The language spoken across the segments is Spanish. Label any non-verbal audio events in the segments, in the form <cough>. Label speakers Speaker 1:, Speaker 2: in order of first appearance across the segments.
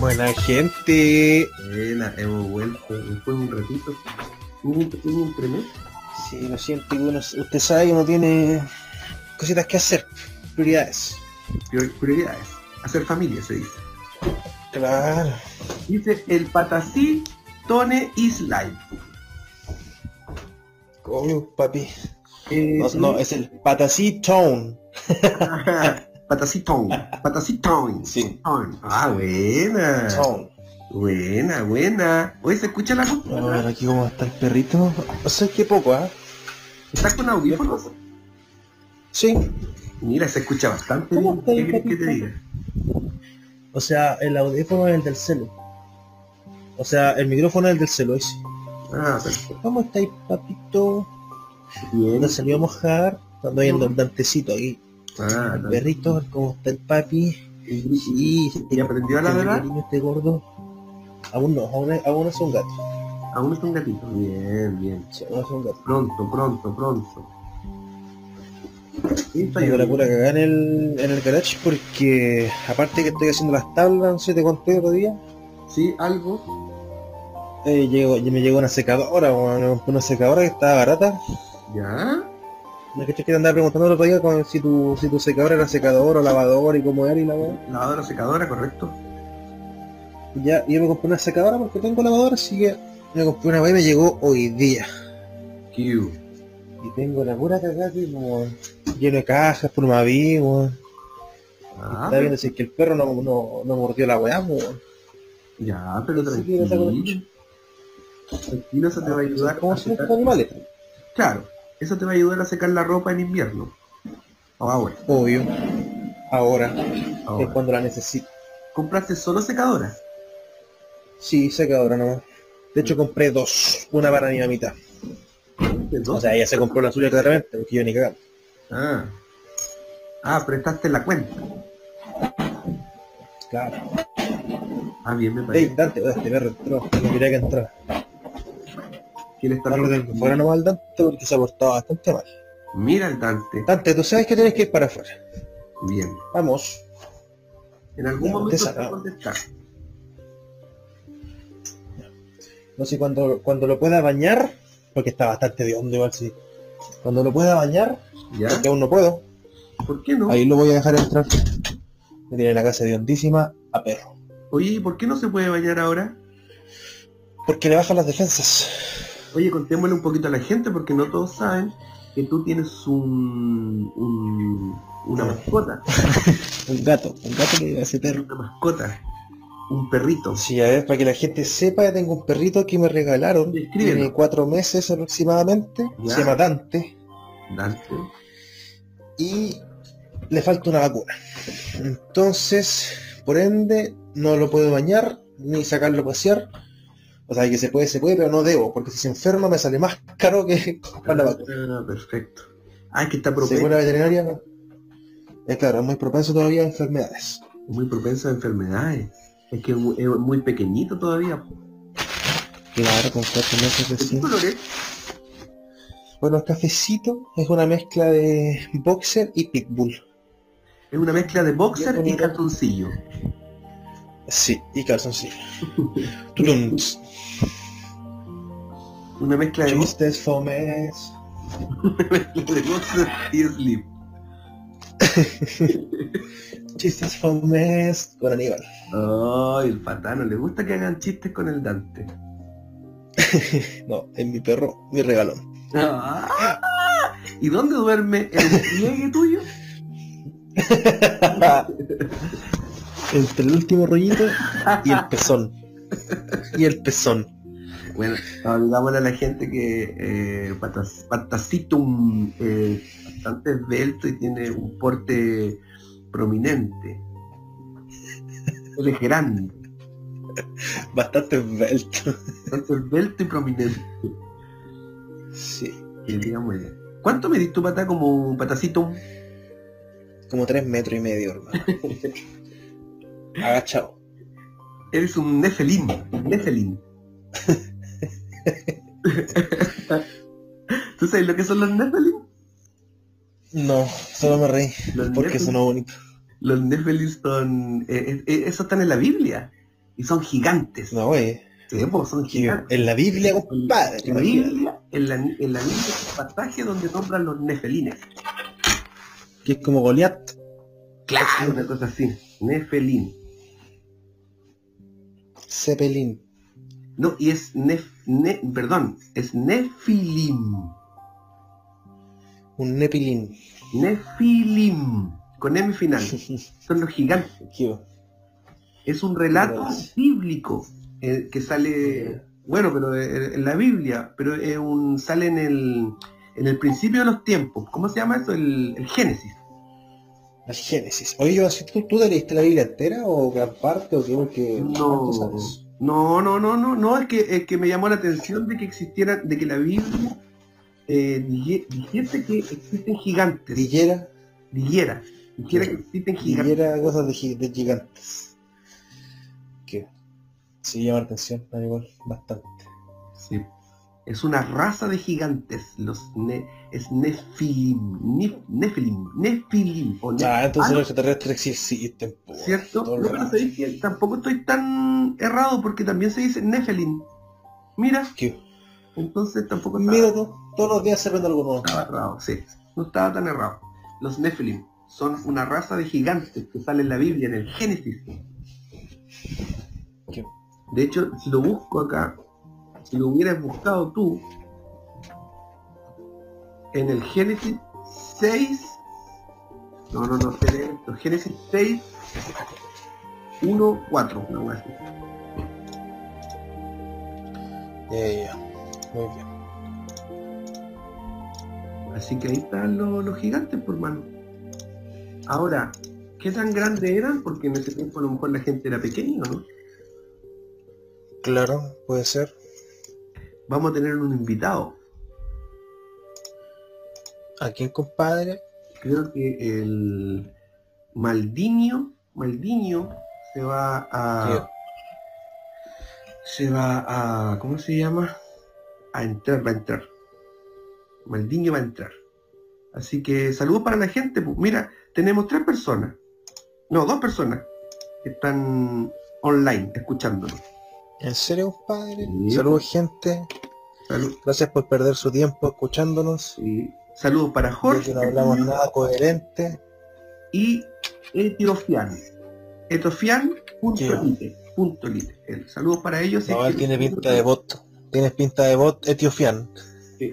Speaker 1: Buena gente. Buena, hemos vuelto después de un ratito. Hubo un pequeño entremés.
Speaker 2: Sí, lo siento, uno- usted sabe que uno tiene cositas que hacer, prioridades.
Speaker 1: Prior- Prioridades. Hacer familia, se dice.
Speaker 2: Claro.
Speaker 1: Dice el patací Tone is live.
Speaker 2: ¿Cómo, papi?
Speaker 1: Eh,
Speaker 2: No, no, es el Patací Town.
Speaker 1: <laughs> Patací Tone. Patací Tone.
Speaker 2: Sí.
Speaker 1: Tone. Ah, buena.
Speaker 2: Town.
Speaker 1: Buena, buena. Oye, ¿se escucha la voz?
Speaker 2: No, bueno, aquí como está el perrito. O sea, que poco, ¿ah?
Speaker 1: ¿Estás con audífonos?
Speaker 2: Sí.
Speaker 1: Mira, se escucha bastante
Speaker 2: ¿Cómo
Speaker 1: bien.
Speaker 2: está
Speaker 1: ¿Qué
Speaker 2: el
Speaker 1: quieres que te
Speaker 2: patito?
Speaker 1: diga?
Speaker 2: O sea, el audífono es el del celo. O sea, el micrófono es el del celo, ese.
Speaker 1: Ah, perfecto.
Speaker 2: ¿Cómo estáis, papito?
Speaker 1: Bien.
Speaker 2: No salió a mojar. Ando viendo el dantecito aquí.
Speaker 1: Ah,
Speaker 2: El perrito, ¿cómo está el papi? Sí,
Speaker 1: ¿Y aprendió a ladrar?
Speaker 2: Este gordo. Aún no, aún es, aún es un gato.
Speaker 1: Aún es un gatito. Bien, bien.
Speaker 2: Sí, aún es un gato.
Speaker 1: Pronto, pronto, pronto. Listo,
Speaker 2: Tengo la
Speaker 1: yo-
Speaker 2: pura cagada en el, en el garage porque aparte que estoy haciendo las tablas, no sé, te conté otro día,
Speaker 1: Sí, algo.
Speaker 2: eh, llegó, me llegó una secadora, weón, me compré una secadora que estaba barata.
Speaker 1: ¿Ya?
Speaker 2: Me caché que te andaba preguntando el otro día con- si tu, si tu secadora era secadora o lavadora y cómo era y la weá.
Speaker 1: Lavadora secadora, correcto.
Speaker 2: Ya, y yo me compré una secadora porque tengo lavadora, así que me compré una weá y me llegó hoy día.
Speaker 1: Q.
Speaker 2: Y tengo la pura cagada aquí, weón. Lleno de cajas, plumaví, weón.
Speaker 1: Ah,
Speaker 2: Estaba viendo si es que el perro no, no, no mordió la weá, weón.
Speaker 1: ya, pero
Speaker 2: Sí, sí, lo saco de
Speaker 1: tranquilo. Tranquilo, eso te va a ayudar
Speaker 2: ¿Cómo
Speaker 1: a
Speaker 2: son estos
Speaker 1: secar.
Speaker 2: animales?
Speaker 1: Claro, eso te va a ayudar a secar la ropa en invierno. O ahora,
Speaker 2: Obvio. Ahora. es
Speaker 1: ahora.
Speaker 2: cuando la necesito.
Speaker 1: ¿Compraste solo secadora?
Speaker 2: Sí, secadora nomás. De hecho compré dos, una para mi mamita.
Speaker 1: ¿Dos?
Speaker 2: O sea, ella se compró la suya claramente, porque yo ni cagaba.
Speaker 1: Ah. Ah, prestaste la cuenta.
Speaker 2: Claro.
Speaker 1: Ah, bien, me
Speaker 2: Ey,
Speaker 1: parece.
Speaker 2: Dante, oh, este perro entró, no quería que entrara.
Speaker 1: ¿Quién está
Speaker 2: Dante,
Speaker 1: roto?
Speaker 2: tengo fuera nomás al Dante porque se ha portado bastante mal.
Speaker 1: Mira el Dante.
Speaker 2: Dante, tú sabes que tienes que ir para afuera.
Speaker 1: Bien.
Speaker 2: Vamos.
Speaker 1: En algún
Speaker 2: Ya,
Speaker 1: momento
Speaker 2: usted
Speaker 1: te va a
Speaker 2: sabe.
Speaker 1: contestar.
Speaker 2: No sé, cuando, cuando lo pueda bañar, porque está bastante de hondo igual, sí. Cuando lo pueda bañar,
Speaker 1: ¿Ya?
Speaker 2: porque aún no puedo,
Speaker 1: ¿Por qué no?
Speaker 2: Ahí lo voy a dejar entrar. Me tiene la casa de hondísima a perro.
Speaker 1: Oye, ¿y por qué no se puede bañar ahora?
Speaker 2: Porque le bajan las defensas.
Speaker 1: Oye, contémosle un poquito a la gente porque no todos saben que tú tienes un, un- una mascota.
Speaker 2: Un gato, un gato que hace perro.
Speaker 1: Una mascota. Un perrito.
Speaker 2: Sí, a ver, para que la gente sepa, tengo un perrito que me regalaron.
Speaker 1: Descríbelo.
Speaker 2: Tiene cuatro meses aproximadamente.
Speaker 1: Ya.
Speaker 2: Se llama Dante.
Speaker 1: Dante.
Speaker 2: Y le falta una vacuna. Entonces, por ende, no lo puedo bañar ni sacarlo a pasear. O sea, que se puede, se puede, pero no debo, porque si se enferma me sale más caro que <laughs> comprar la vacuna.
Speaker 1: Ah, perfecto. Ah, es que está
Speaker 2: Según
Speaker 1: propensa,
Speaker 2: la veterinaria, no. Eh, claro, es muy propenso todavía a enfermedades.
Speaker 1: muy propensa a enfermedades. Es que es mu- es muy pequeñito todavía.
Speaker 2: Claro, con cuatro meses
Speaker 1: ¿De qué color es?
Speaker 2: Bueno, el cafecito es una mezcla de boxer y pitbull.
Speaker 1: Es una mezcla de boxer
Speaker 2: Bien,
Speaker 1: y
Speaker 2: bien.
Speaker 1: cartoncillo.
Speaker 2: Sí, y calzoncillo. Turum, tss,
Speaker 1: Una mezcla de, boxer <laughs>
Speaker 2: Chistes fomes.
Speaker 1: de boxer y slip.
Speaker 2: Chistes fomes con Aníbal.
Speaker 1: Ay, el patano. Le gusta que hagan chistes con el Dante.
Speaker 2: No, es mi perro, mi regalón.
Speaker 1: Ah, ¿Y dónde duerme el pliegue tuyo?
Speaker 2: Entre el último rollito y el pezón. Y el pezón.
Speaker 1: Bueno, no, digámosle a la gente que eh, Patas- Patacitum eh, bastante esbelto y tiene un porte prominente. Él es grande,
Speaker 2: Bastante esbelto.
Speaker 1: bastante esbelto y prominente.
Speaker 2: Sí.
Speaker 1: Y digámosle, ¿Cuánto medís tu pata como Patacitum?
Speaker 2: Como tres metros y medio, hermano. Agachado.
Speaker 1: Eres un nefelín, nefelín. <laughs> ¿Tú sabes lo que son los nefelín?
Speaker 2: No, solo me reí.
Speaker 1: Los
Speaker 2: Porque
Speaker 1: Nephilim-
Speaker 2: sonó bonito.
Speaker 1: Los Nephilim son... eh, eh, eh, eso están en la Biblia. Y Y son gigantes.
Speaker 2: No, oye.
Speaker 1: Sí, pues, son gigantes.
Speaker 2: En la Biblia, compadre.
Speaker 1: En la Biblia, en la, en la Biblia es un pasaje donde nombran los nefelines.
Speaker 2: Que es como Goliat.
Speaker 1: Claro, una cosa así. Nefelín.
Speaker 2: Zeppelin.
Speaker 1: No, y es nef, ne- perdón, es nefilim.
Speaker 2: Un
Speaker 1: <laughs>
Speaker 2: Nepilín.
Speaker 1: Nefilim. Con M final. Son los gigantes.
Speaker 2: Kio.
Speaker 1: Es un relato
Speaker 2: Gracias.
Speaker 1: bíblico eh, que sale, bueno, pero eh, en la Biblia, pero es un, sale en el, en el principio de los tiempos. ¿Cómo se llama eso? El, el Génesis.
Speaker 2: Al Génesis. Oye, yo ¿tú, ¿tú te leíste la Biblia entera o gran parte o qué? Porque
Speaker 1: No,
Speaker 2: ¿cuánto sabes?
Speaker 1: no, no, no, no, no, es que, es que me llamó la atención de que existiera, de que la Biblia eh, dije- dijese que existen gigantes.
Speaker 2: Villera,
Speaker 1: Dijera. Dijera que existen gigantes.
Speaker 2: villera cosas de, gi- de gigantes. Que sí llama la atención, a mí igual, bastante.
Speaker 1: Sí. Es una raza de gigantes, los ne- es Nefilim, Nef- Nefilim, Nefilim, o Nef-
Speaker 2: Ah, entonces
Speaker 1: Ah, no.
Speaker 2: los extraterrestres sí existen, po, weón.
Speaker 1: ¿cierto?
Speaker 2: Todo
Speaker 1: No,
Speaker 2: el
Speaker 1: pero
Speaker 2: rato.
Speaker 1: sabéis que tampoco estoy tan errado porque también se dice Nefilim. Mira,
Speaker 2: Que-
Speaker 1: entonces tampoco estaba,
Speaker 2: Mira tú, todos los días se aprende algo nuevo.
Speaker 1: estaba errado, sí, no estaba tan errado. Los Nefilim son una raza de gigantes que sale en la Biblia, en el Génesis.
Speaker 2: ¿Qué?
Speaker 1: De hecho, si lo busco acá, si lo hubieras buscado tú, en el Génesis 6, no, no, no sé leer esto, Génesis 6, 1, 4, una wea así.
Speaker 2: Ya, ya, ya. Muy bien.
Speaker 1: Así que ahí están lo- los, gigantes, por mano. Ahora, ¿qué tan grandes eran? Porque en ese tiempo a lo mejor la gente era pequeña, ¿no?
Speaker 2: Claro, puede ser.
Speaker 1: Vamos a tener un invitado.
Speaker 2: ¿A quién, compadre?
Speaker 1: Creo que el Maldiño, Maldiño se va a... Se va a... ¿Cómo se llama? A entrar, va a entrar. Maldiño va a entrar. Así que saludos para la gente. pues. Mira, tenemos tres personas. No, dos personas que están online escuchándonos.
Speaker 2: ¿En serio, compadre?
Speaker 1: Sí.
Speaker 2: Saludos, gente.
Speaker 1: Salud-
Speaker 2: Gracias por perder su tiempo escuchándonos.
Speaker 1: sí. Saludos para
Speaker 2: Porque
Speaker 1: Jorge
Speaker 2: no hablamos nada coherente.
Speaker 1: y Etiofian. Etofian punto
Speaker 2: Ya.
Speaker 1: lite, punto lite. El- Saludos para ellos. si
Speaker 2: No,
Speaker 1: es
Speaker 2: él
Speaker 1: que-
Speaker 2: tiene pinta de bot. Tienes pinta de bot etiofian.
Speaker 1: Sí.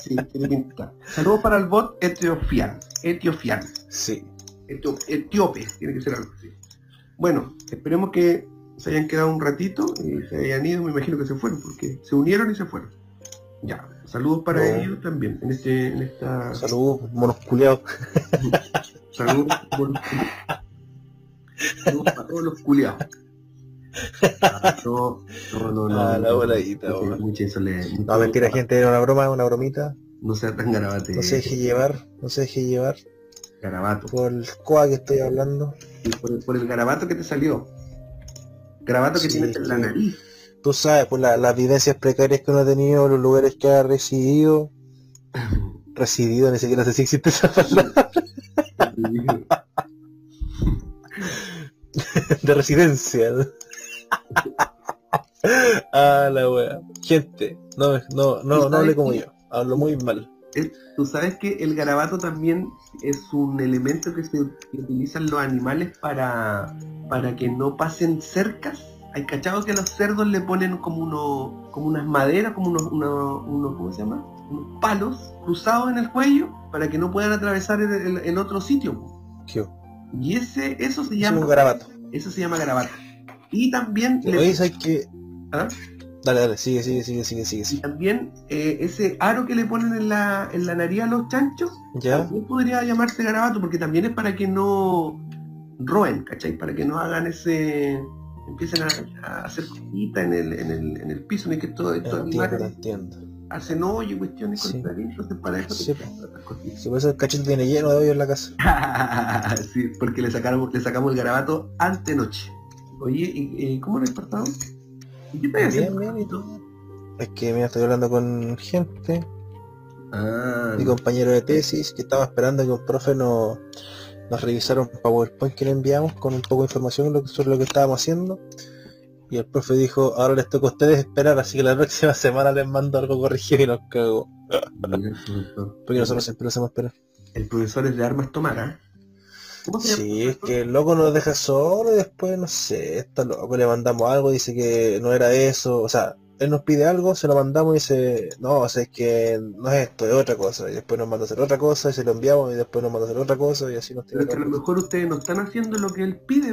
Speaker 1: Sí, tiene pinta. Saludos para el bot Etiofian. Etiofian.
Speaker 2: Sí.
Speaker 1: Etio- Etíope, tiene que ser algo así. Bueno, esperemos que se hayan quedado un ratito y se hayan ido, me imagino que se fueron, porque se unieron y se fueron. Ya, saludos para
Speaker 2: Bueno.
Speaker 1: ellos también, en, este, en esta...
Speaker 2: Saludos, monos culiados.
Speaker 1: Saludos por los culi- Saludos para todos los culiados. Ah, no, no, no, no.
Speaker 2: Ah, la
Speaker 1: no,
Speaker 2: voladita,
Speaker 1: no,
Speaker 2: weón.
Speaker 1: mucha insole- mucha-
Speaker 2: No, mentira, gente, era una broma, una bromita.
Speaker 1: No sea tan garabate.
Speaker 2: No se deje llevar, no se deje llevar
Speaker 1: Garabato.
Speaker 2: por el coa que estoy hablando.
Speaker 1: Sí, Por, el- por el garabato que te salió. Garabato que
Speaker 2: Sí,
Speaker 1: tienes en la
Speaker 2: sí.
Speaker 1: nariz. <laughs>
Speaker 2: Tú sabes, por la- las vivencias precarias que uno ha tenido, los lugares que ha residido. <clears throat> Residido, ni siquiera sé si existe esa palabra <laughs> de residencia. <laughs> ah, la wea. Gente, no, no, no, no hable como yo. Hablo muy mal.
Speaker 1: Tú sabes que el garabato también es un elemento que se que utilizan los animales para, para que no pasen cercas. Hay cachado que a los cerdos le ponen como uno, como unas maderas, como unos, uno- uno- ¿cómo se llama? Unos palos cruzados en el cuello para que no puedan atravesar el, el- el otro sitio.
Speaker 2: ¿Qué?
Speaker 1: Y ese, eso se
Speaker 2: Es
Speaker 1: llama
Speaker 2: un garabato.
Speaker 1: Eso se llama garabato. Y también le-
Speaker 2: Oye, ¿sabes qué?
Speaker 1: ¿Ah?
Speaker 2: Dale, dale, sigue, sigue, sigue, sigue, sigue.
Speaker 1: y
Speaker 2: sigue.
Speaker 1: también eh, ese aro que le ponen en la, en la nariz a los chanchos
Speaker 2: ¿Ya?
Speaker 1: También podría llamarse garabato porque también es para que no roen, ¿cachai? Para que no hagan ese... empiecen a, a hacer cositas en el, en, el, en el piso, ni que todo esto
Speaker 2: Entiendo, entiendo.
Speaker 1: hacen hoyo y cuestiones con
Speaker 2: Sí.
Speaker 1: la nariz, entonces para eso
Speaker 2: Sí.
Speaker 1: te hacen estas cositas. <laughs>
Speaker 2: Si por eso el cachete viene lleno de hoyos en la casa.
Speaker 1: sí, porque le sacamos, le sacamos el garabato ante noche. Oye, ¿y, y cómo lo despertado? ¿Y qué estás
Speaker 2: Bien,
Speaker 1: haciendo?
Speaker 2: bien, ¿y tú? Es que mira, estoy hablando con gente,
Speaker 1: Ah,
Speaker 2: mi compañero de tesis, que estaba esperando que un profe no, nos revisaron PowerPoint que le enviamos con un poco de información lo que- sobre lo que estábamos haciendo. Y el profe dijo, ahora les toca a ustedes esperar, así que la próxima <laughs> semana les mando algo corregido y nos cago. Porque nosotros siempre lo hacemos esperar.
Speaker 1: El profesor es de armas tomar, ¿ah? ¿Cómo se llama?
Speaker 2: Sí, es que el loco nos deja solo y después, no sé, está loco, le mandamos algo, dice que no era eso, o sea, él nos pide algo, se lo mandamos y dice, no, o sea, es que no es esto, es otra cosa, y después nos manda a hacer otra cosa, y se lo enviamos y después nos manda a hacer otra cosa, y así nos
Speaker 1: Pero
Speaker 2: tiene
Speaker 1: es que a
Speaker 2: que
Speaker 1: lo mejor ustedes no están haciendo lo que él pide.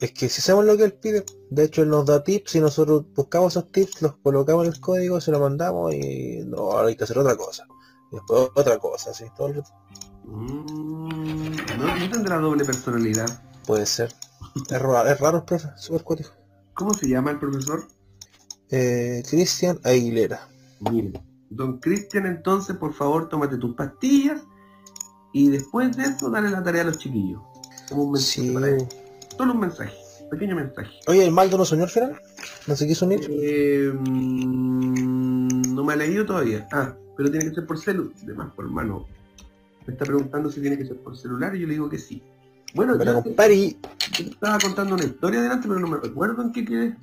Speaker 2: Es que si sabemos lo que él pide, de hecho él nos da tips y nosotros buscamos esos tips, los colocamos en el código, se lo mandamos y no, ahora hay que hacer otra cosa, y después otra cosa, así, todo el-
Speaker 1: Mm, no, no tendrá doble personalidad.
Speaker 2: puede ser. Es raro, es raro, profe, súper cuático.
Speaker 1: ¿Cómo se llama el profesor?
Speaker 2: Eh, Cristian Aguilera.
Speaker 1: Mire, don Cristian, entonces, por favor, tómate tus pastillas y después de eso, dale la tarea a los chiquillos. Como un mensaje
Speaker 2: Sí.
Speaker 1: para ellos. Solo un mensaje, pequeño mensaje.
Speaker 2: Oye, el Maldo no soñó al final. No se quiso unir.
Speaker 1: Eh, mm, no me ha leído todavía. Ah, pero tiene que ser por celular. Además, por mano. Me está preguntando si tiene que ser por celular y yo le digo que sí. Bueno,
Speaker 2: Pero
Speaker 1: yo,
Speaker 2: compadre, ¿y
Speaker 1: yo te estaba contando una historia delante, pero no me recuerdo en qué quedé.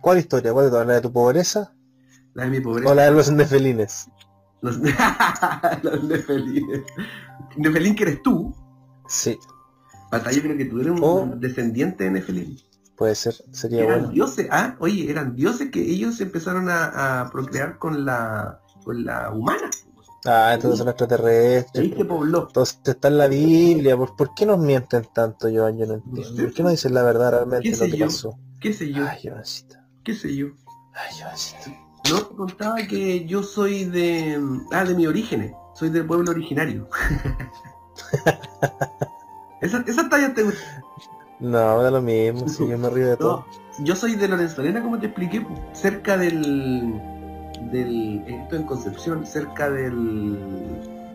Speaker 2: ¿cuál historia? ¿Cuál de todas? ¿La de tu pobreza?
Speaker 1: La de mi pobreza.
Speaker 2: ¿O la de los nefelines?
Speaker 1: Los, <laughs> los nefelines. Nefelín que eres tú.
Speaker 2: Sí,
Speaker 1: Pata, yo creo que tú eres un
Speaker 2: Oh.
Speaker 1: descendiente de Nefelín.
Speaker 2: puede ser. Sería
Speaker 1: Eran
Speaker 2: bueno.
Speaker 1: dioses, ah, oye, eran dioses que ellos empezaron a, a procrear con la con la humana.
Speaker 2: Ah, entonces son
Speaker 1: Ahí
Speaker 2: extraterrestres.
Speaker 1: que pobló.
Speaker 2: Entonces está en la Biblia. ¿Por, por qué nos mienten tanto, Joan? Yo no entiendo. ¿Por qué no dicen la verdad realmente
Speaker 1: ¿Qué
Speaker 2: lo
Speaker 1: sé
Speaker 2: que
Speaker 1: yo?
Speaker 2: pasó?
Speaker 1: ¿Qué sé yo?
Speaker 2: Ay, Joancita.
Speaker 1: ¿Qué sé yo?
Speaker 2: Ay, Joancita.
Speaker 1: No te contaba que yo soy de. Ah, de mi origen. Soy del pueblo originario. <laughs> esa, esa talla te gusta.
Speaker 2: No, da lo mismo. Si yo me río de todo.
Speaker 1: <laughs> No, yo soy de Lorenzalena, como te expliqué, po, cerca del, del esto en Concepción, cerca del,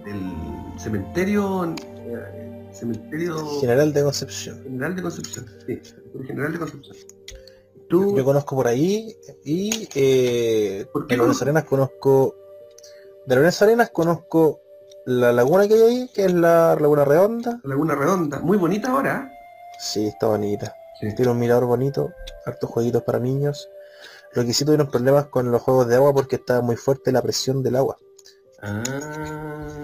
Speaker 1: del cementerio, eh, cementerio
Speaker 2: General de Concepción.
Speaker 1: general de Concepción, sí, el general de Concepción.
Speaker 2: Yo
Speaker 1: Tú,
Speaker 2: conozco por ahí y eh,
Speaker 1: ¿Por qué
Speaker 2: de Lorenzo
Speaker 1: conoces?
Speaker 2: Arenas conozco. De Lorenzo Arenas conozco la laguna que hay ahí, que es la laguna redonda.
Speaker 1: Laguna Redonda, muy bonita ahora, ¿eh?
Speaker 2: Sí, está bonita.
Speaker 1: Sí.
Speaker 2: Tiene un mirador bonito, hartos jueguitos para niños. Lo que sí tuvieron problemas con los juegos de agua porque estaba muy fuerte la presión del agua. Ah.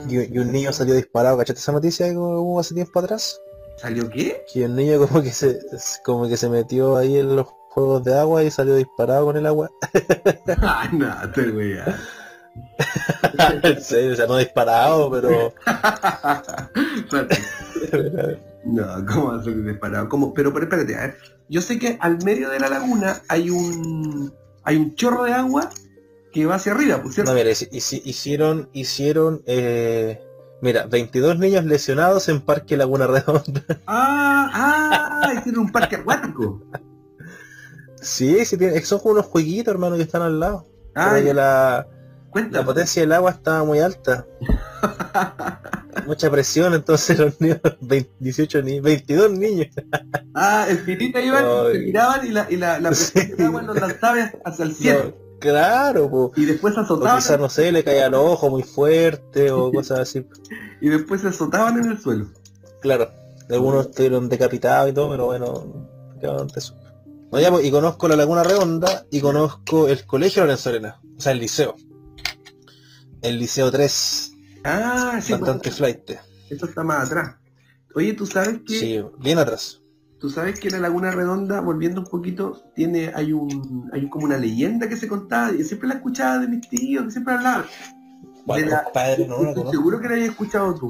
Speaker 2: Y, y un niño salió disparado, ¿cachaste esa noticia que hubo hace tiempo atrás?
Speaker 1: ¿Salió qué? <laughs>
Speaker 2: Que un niño como que se como que se metió ahí en los juegos de agua y salió disparado con el agua. <laughs>
Speaker 1: ah, no, te voy <laughs>
Speaker 2: En serio, o sea, no disparado, pero
Speaker 1: No, ¿cómo va a ser disparado? ¿Cómo? Pero, pero espérate, a ver. Yo sé que al medio de la laguna hay un hay un chorro de agua que va hacia arriba, pues, ¿cierto?
Speaker 2: No, mira, hici- hici- hicieron, hicieron, eh, mira, 22 niños lesionados en Parque Laguna Redonda. <laughs>
Speaker 1: Ah, ah, hicieron un parque acuático.
Speaker 2: sí, sí, tiene- son como unos jueguitos, hermano, que están al lado.
Speaker 1: Ah,
Speaker 2: <laughs> Pero que la, la
Speaker 1: cuenta.
Speaker 2: potencia del agua estaba muy alta, mucha presión, entonces los niños, 20 18 niños, 22 niños.
Speaker 1: ah, el pirita iban,
Speaker 2: Ay.
Speaker 1: se tiraban y la, y la, la presión
Speaker 2: Sí.
Speaker 1: del agua los lanzaba hacia el cielo.
Speaker 2: No, claro, po.
Speaker 1: Y después se
Speaker 2: o
Speaker 1: azotaban,
Speaker 2: quizás, no sé, le caía al ojo muy fuerte
Speaker 1: <laughs>
Speaker 2: o cosas así.
Speaker 1: y después se azotaban en el suelo.
Speaker 2: Claro,
Speaker 1: Mm.
Speaker 2: algunos estuvieron decapitados y todo, pero bueno, quedaron tesos. No, ya, pues, y conozco la Laguna Redonda y conozco el colegio Lorenzo Arena, o sea, el liceo. El liceo 3,
Speaker 1: Ah, sí,
Speaker 2: bastante flight.
Speaker 1: pues, eso está más atrás. Oye, ¿tú sabes que
Speaker 2: Sí, bien atrás.
Speaker 1: Tú sabes que la Laguna Redonda, volviendo un poquito, tiene, hay un, hay como una leyenda que se contaba, y siempre la escuchaba de mis tíos, que siempre hablaban.
Speaker 2: Bueno,
Speaker 1: De la-
Speaker 2: compadre, no,
Speaker 1: <laughs>
Speaker 2: no la
Speaker 1: Estoy
Speaker 2: conozco.
Speaker 1: seguro que la hayas escuchado tú,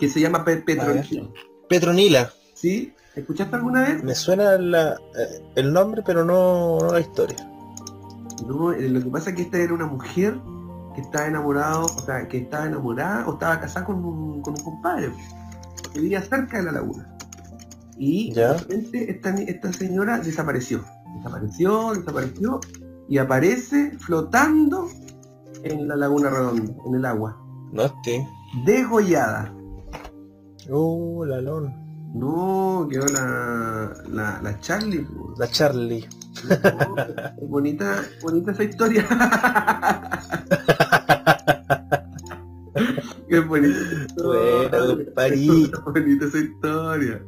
Speaker 1: que se llama Pe- Petronila.
Speaker 2: Ah, Petronila,
Speaker 1: ¿Sí? ¿Escuchaste alguna vez?
Speaker 2: me suena la- eh, el nombre, pero no, no la historia.
Speaker 1: No, eh, lo que pasa es que esta era una mujer que estaba enamorado, o sea, que estaba enamorada o estaba casada con un, con un compadre que vivía cerca de la laguna. Y
Speaker 2: Ya.
Speaker 1: de repente esta, ni- esta señora desapareció. Desapareció, desapareció y aparece flotando en la laguna redonda, en el agua.
Speaker 2: No este.
Speaker 1: Degollada.
Speaker 2: Uh, la lona.
Speaker 1: No, quedó la, la, la Charlie. po.
Speaker 2: La Charlie.
Speaker 1: No, <laughs> bonita, bonita esa historia. es bonito.
Speaker 2: Bueno, compadrito.
Speaker 1: bonita esa historia.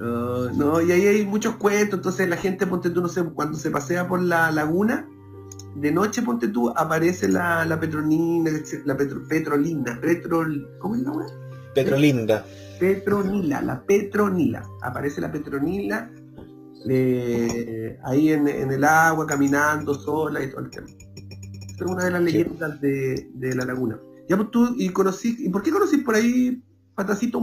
Speaker 1: Ah, no, y ahí hay muchos cuentos, entonces la gente, ponte tú, no sé, cuando se pasea por la laguna, de noche, ponte tú, aparece la, la petronina, la petro, petrolina, petrol, ¿cómo es la weá?
Speaker 2: Petrolinda.
Speaker 1: Petronila, la Petronila. Aparece la Petronila eh, ahí en, en el agua, caminando sola y todo el tema. Esta es una de las leyendas de, de la laguna. Ya pues tú, y conocí, ¿y por qué conocí por ahí Patacito?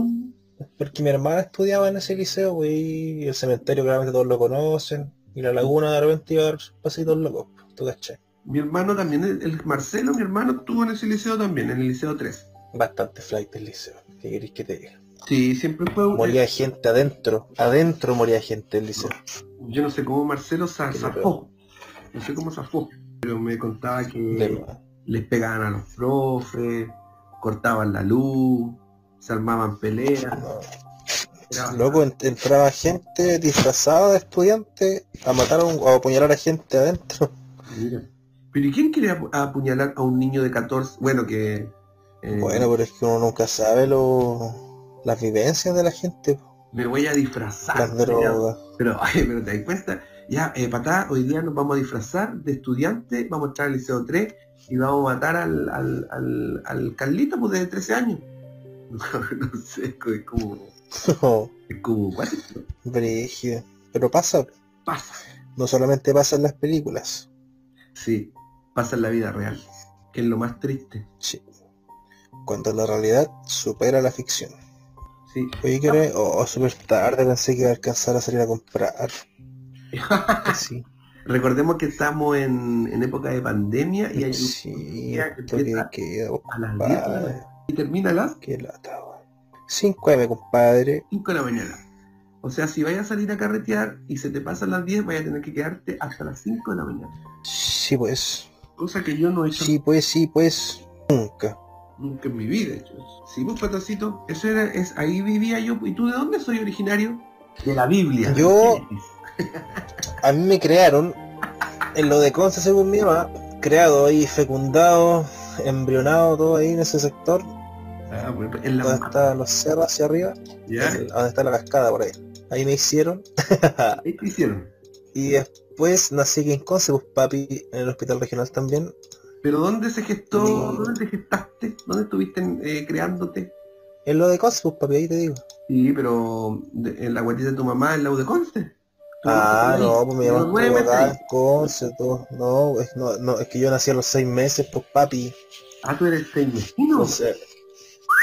Speaker 2: Porque mi hermana estudiaba en ese liceo, güey, y el cementerio claramente todos lo conocen, y la laguna de repente iba a dar pasitos locos, tú caché.
Speaker 1: Mi hermano también, el, el Marcelo, mi hermano, estuvo en ese liceo también, en el liceo 3.
Speaker 2: Bastante flight del liceo, ¿qué queréis que te diga?
Speaker 1: Sí, siempre fue un... eh,
Speaker 2: Moría gente adentro, adentro moría gente del liceo.
Speaker 1: Yo no sé cómo Marcelo sa-
Speaker 2: Qué
Speaker 1: zafó. No sé cómo zafó. Pero me contaba que
Speaker 2: De-
Speaker 1: les pegaban a los profes, cortaban la luz, se armaban peleas.
Speaker 2: no.
Speaker 1: era
Speaker 2: Loco, en- entraba gente disfrazada de estudiante a matar a, un- a apuñalar a gente adentro.
Speaker 1: bastante- mira. Pero ¿y quién quiere apu- apuñalar a un niño de 14? Bueno, que... eh,
Speaker 2: Bueno, pero es que uno nunca sabe lo, las vivencias de la gente, po,
Speaker 1: Me voy a disfrazar.
Speaker 2: las drogas. <laughs>
Speaker 1: Pero, <laughs> ay, pero te das cuenta. Ya, eh, patá, hoy día nos vamos a disfrazar de estudiante, vamos a entrar al liceo 3 y vamos a matar al, al, al, al Carlito pues, de 13 años. <laughs> No, sé, es como, es como, cuático.
Speaker 2: Brígido. Pero pasa,
Speaker 1: Pasa.
Speaker 2: no solamente pasa en las películas.
Speaker 1: Sí, pasa en la vida real, que es lo más triste.
Speaker 2: Sí. Cuando la realidad supera la ficción.
Speaker 1: Sí.
Speaker 2: Oye, que hora es? Oh, súper tarde, pensé que iba a alcanzar a salir a
Speaker 1: <laughs>
Speaker 2: comprar. Sí,
Speaker 1: Recordemos que estamos en, en época de pandemia y hay
Speaker 2: sí,
Speaker 1: Ya,
Speaker 2: esto que
Speaker 1: empieza.
Speaker 2: queda, po,
Speaker 1: a las 10 de la
Speaker 2: compadre.
Speaker 1: mañana y termina a las
Speaker 2: Qué lata, 5M, compadre.
Speaker 1: 5 de la mañana. O sea, si vayas a salir a carretear y se te pasan las 10, vayas a tener que quedarte hasta las 5 de la mañana.
Speaker 2: Sí, pues.
Speaker 1: Cosa que yo no he hecho
Speaker 2: Sí, pues, sí, pues. Nunca.
Speaker 1: nunca en mi vida. hecho. Sí, vos patacito, eso era, es, ahí vivía yo. ¿Y tú de dónde soy originario? De la Biblia.
Speaker 2: Yo- A mí me crearon, en lo de Conce según mi mamá, creado ahí, fecundado, embrionado, todo ahí en ese sector,
Speaker 1: Ah, bueno, en la
Speaker 2: donde están los cerros hacia arriba,
Speaker 1: ¿Ya?
Speaker 2: el- donde está la cascada por ahí. Ahí me hicieron.
Speaker 1: Ahí te hicieron.
Speaker 2: y después nací aquí en Conce, pues papi, en el hospital regional también.
Speaker 1: Pero ¿dónde se gestó?
Speaker 2: Sí.
Speaker 1: ¿Dónde te gestaste? ¿Dónde estuviste eh, creándote?
Speaker 2: En lo de Conce, pues papi, ahí te digo.
Speaker 1: Sí, pero de- en la guatita de tu mamá, en la U de Conce.
Speaker 2: Ah,
Speaker 1: Ahí.
Speaker 2: no, pues mi mamá
Speaker 1: Los nueve
Speaker 2: estuvo acá
Speaker 1: meses.
Speaker 2: en Conce, todo. No, es, no, no, es que yo nací a los seis meses, pues papi.
Speaker 1: Ah, tú eres seimesino.
Speaker 2: O sea,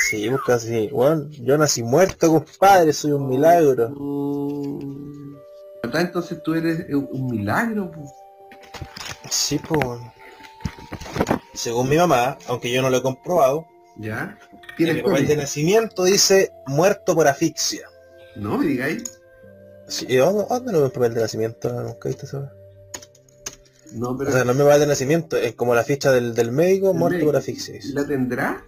Speaker 2: sí, pues casi, bueno, yo nací muerto, compadre, soy un milagro.
Speaker 1: Mm. Acá entonces tú eres eh, un milagro. po.
Speaker 2: Sí, pues. bueno. Según mi mamá, aunque yo no lo he comprobado,
Speaker 1: ¿Ya?
Speaker 2: en
Speaker 1: ¿Tienes
Speaker 2: el papel de
Speaker 1: COVID?
Speaker 2: nacimiento dice muerto por asfixia.
Speaker 1: No me digáis.
Speaker 2: Sí, ¿y ¿Dónde, dónde lo veo el papel de nacimiento? Nunca he visto eso.
Speaker 1: No,
Speaker 2: O
Speaker 1: pero
Speaker 2: sea, no me va de nacimiento, es como la ficha del, del médico,
Speaker 1: Del
Speaker 2: muerto
Speaker 1: médico.
Speaker 2: por asfixia. dice.
Speaker 1: ¿la tendrá?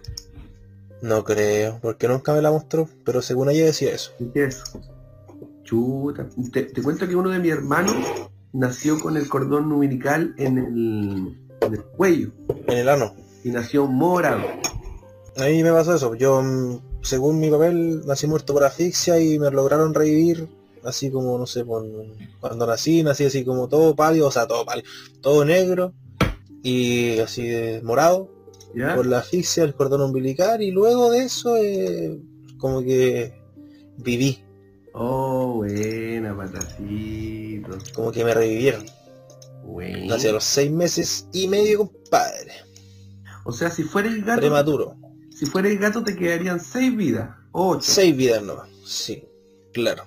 Speaker 2: No creo, porque nunca me la mostró, pero según ella decía eso.
Speaker 1: ¿Qué es? Chuta. Te, te cuento que uno de mis hermanos nació con el cordón umbilical en el, en el cuello
Speaker 2: En el ano.
Speaker 1: y nació morado.
Speaker 2: A mí me pasó eso. Yo, mm, según mi papel, nací muerto por asfixia y me lograron revivir. Así como, no sé, con- cuando nací, nací así como todo pálido, o sea, todo pálido, todo negro y así de morado
Speaker 1: ¿Ya?
Speaker 2: por la asfixia, el cordón umbilical y luego de eso, eh, como que viví,
Speaker 1: Oh, buena, patacito.
Speaker 2: como que me revivieron.
Speaker 1: Buena.
Speaker 2: Nací a los seis meses y medio, compadre.
Speaker 1: O sea, si fuera el
Speaker 2: Ah,
Speaker 1: gato,
Speaker 2: Prematuro.
Speaker 1: si fuera el gato te quedarían seis vidas. Ocho.
Speaker 2: Seis vidas nomás. Sí, claro.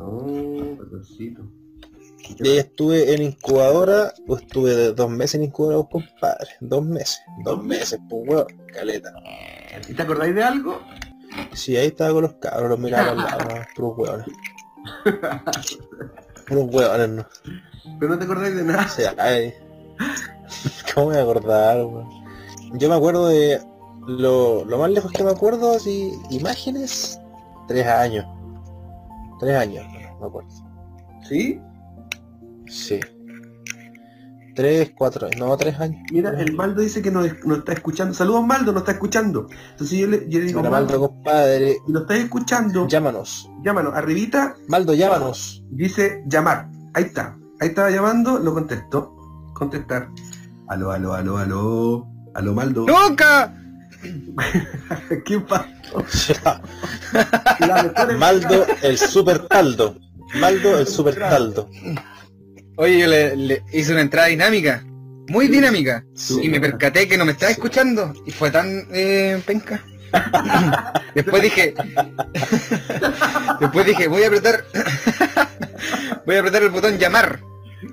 Speaker 1: Oh, patacito.
Speaker 2: Y ahí estuve en incubadora, pues estuve de- dos meses en incubadora, pues, compadre. Dos meses. Dos meses, pues weón, caleta.
Speaker 1: ¿Y te acordáis de algo?
Speaker 2: Sí, ahí estaba con los cabros, los miraba al lado, <laughs> no, puros hueones. Puros hueones, no.
Speaker 1: Pero no te acordáis de nada.
Speaker 2: O sea, ay. <laughs> ¿Cómo me voy a acordar, weón? Yo me acuerdo de. Lo, lo más lejos que me acuerdo, así, imágenes, tres años. Tres años, no me acuerdo.
Speaker 1: ¿Sí?
Speaker 2: Sí. Tres, cuatro, no, tres años.
Speaker 1: Mira, el Maldo dice que no, es- no está escuchando. Saludos, Maldo, no está escuchando. Entonces yo le, yo le digo,
Speaker 2: Mira,
Speaker 1: Maldo,
Speaker 2: Maldo, compadre,
Speaker 1: si lo estás escuchando,
Speaker 2: llámanos.
Speaker 1: llámanos. Arribita
Speaker 2: Maldo,
Speaker 1: <laughs>
Speaker 2: llámanos. <laughs>
Speaker 1: dice llamar. Ahí está. Ahí estaba llamando, lo contesto. Contestar. Aló, aló, aló, aló. Aló, Maldo.
Speaker 3: ¡Nunca!
Speaker 1: <laughs> ¿Qué pasa? La mejor es-
Speaker 2: Maldo, el super taldo. Maldo, el super taldo.
Speaker 3: Oye, yo le, le hice una entrada dinámica, muy dinámica, y me percaté que no me estaba escuchando, y fue tan eh, penca. <laughs> Después dije, <laughs> después dije, voy a apretar, <laughs> voy a apretar el botón llamar.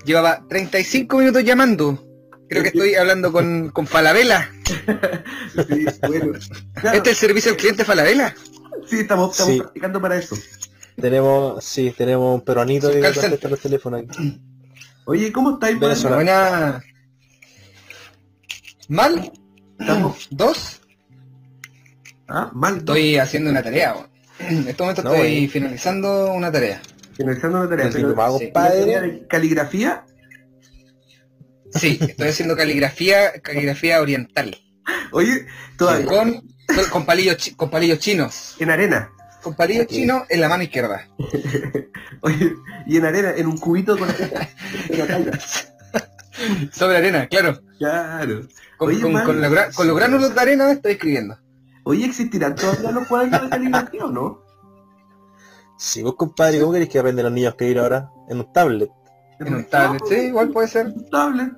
Speaker 3: Llevaba 35 minutos llamando. Creo que estoy hablando con, con Falabella.
Speaker 1: Sí, bueno. Claro,
Speaker 3: ¿Este es el servicio al cliente Falabella?
Speaker 1: sí, estamos, estamos
Speaker 2: Sí.
Speaker 1: practicando para eso.
Speaker 2: Tenemos, sí, tenemos un peruanito
Speaker 3: Su
Speaker 2: que
Speaker 3: call
Speaker 2: contesta los teléfonos aquí.
Speaker 1: Oye, ¿cómo estáis, Maldo?
Speaker 2: Venezolano.
Speaker 3: Buena. Mal.
Speaker 1: Estamos-
Speaker 3: Dos.
Speaker 1: Ah, Maldo.
Speaker 3: Estoy haciendo una tarea. weón. En este momento
Speaker 2: No,
Speaker 3: estoy
Speaker 2: güey.
Speaker 3: finalizando una tarea.
Speaker 1: Finalizando la tarea.
Speaker 2: El
Speaker 1: pero-
Speaker 2: diplomado,
Speaker 3: sí.
Speaker 1: ¿La tarea
Speaker 2: compadre.
Speaker 1: de ¿Caligrafía?
Speaker 3: Sí, estoy haciendo caligrafía, caligrafía oriental.
Speaker 1: Oye, todavía.
Speaker 3: Con, con palillos chi- con palillos chinos.
Speaker 1: En arena.
Speaker 3: Con palillos chinos en la mano izquierda.
Speaker 1: Oye, y en arena, en un cubito con con la talla.
Speaker 3: Sobre arena, claro.
Speaker 1: Claro.
Speaker 3: Con,
Speaker 1: Oye,
Speaker 3: con-
Speaker 1: man.
Speaker 3: con los gra- con los gránulos de arena estoy escribiendo.
Speaker 1: Oye, ¿existirán todavía los cuadernos de caligrafía o no?
Speaker 2: Si vos, compadre, ¿cómo querés que aprendan los niños a escribir ahora? En un tablet.
Speaker 3: En un tablet. Sí, igual puede ser.
Speaker 1: Un tablet.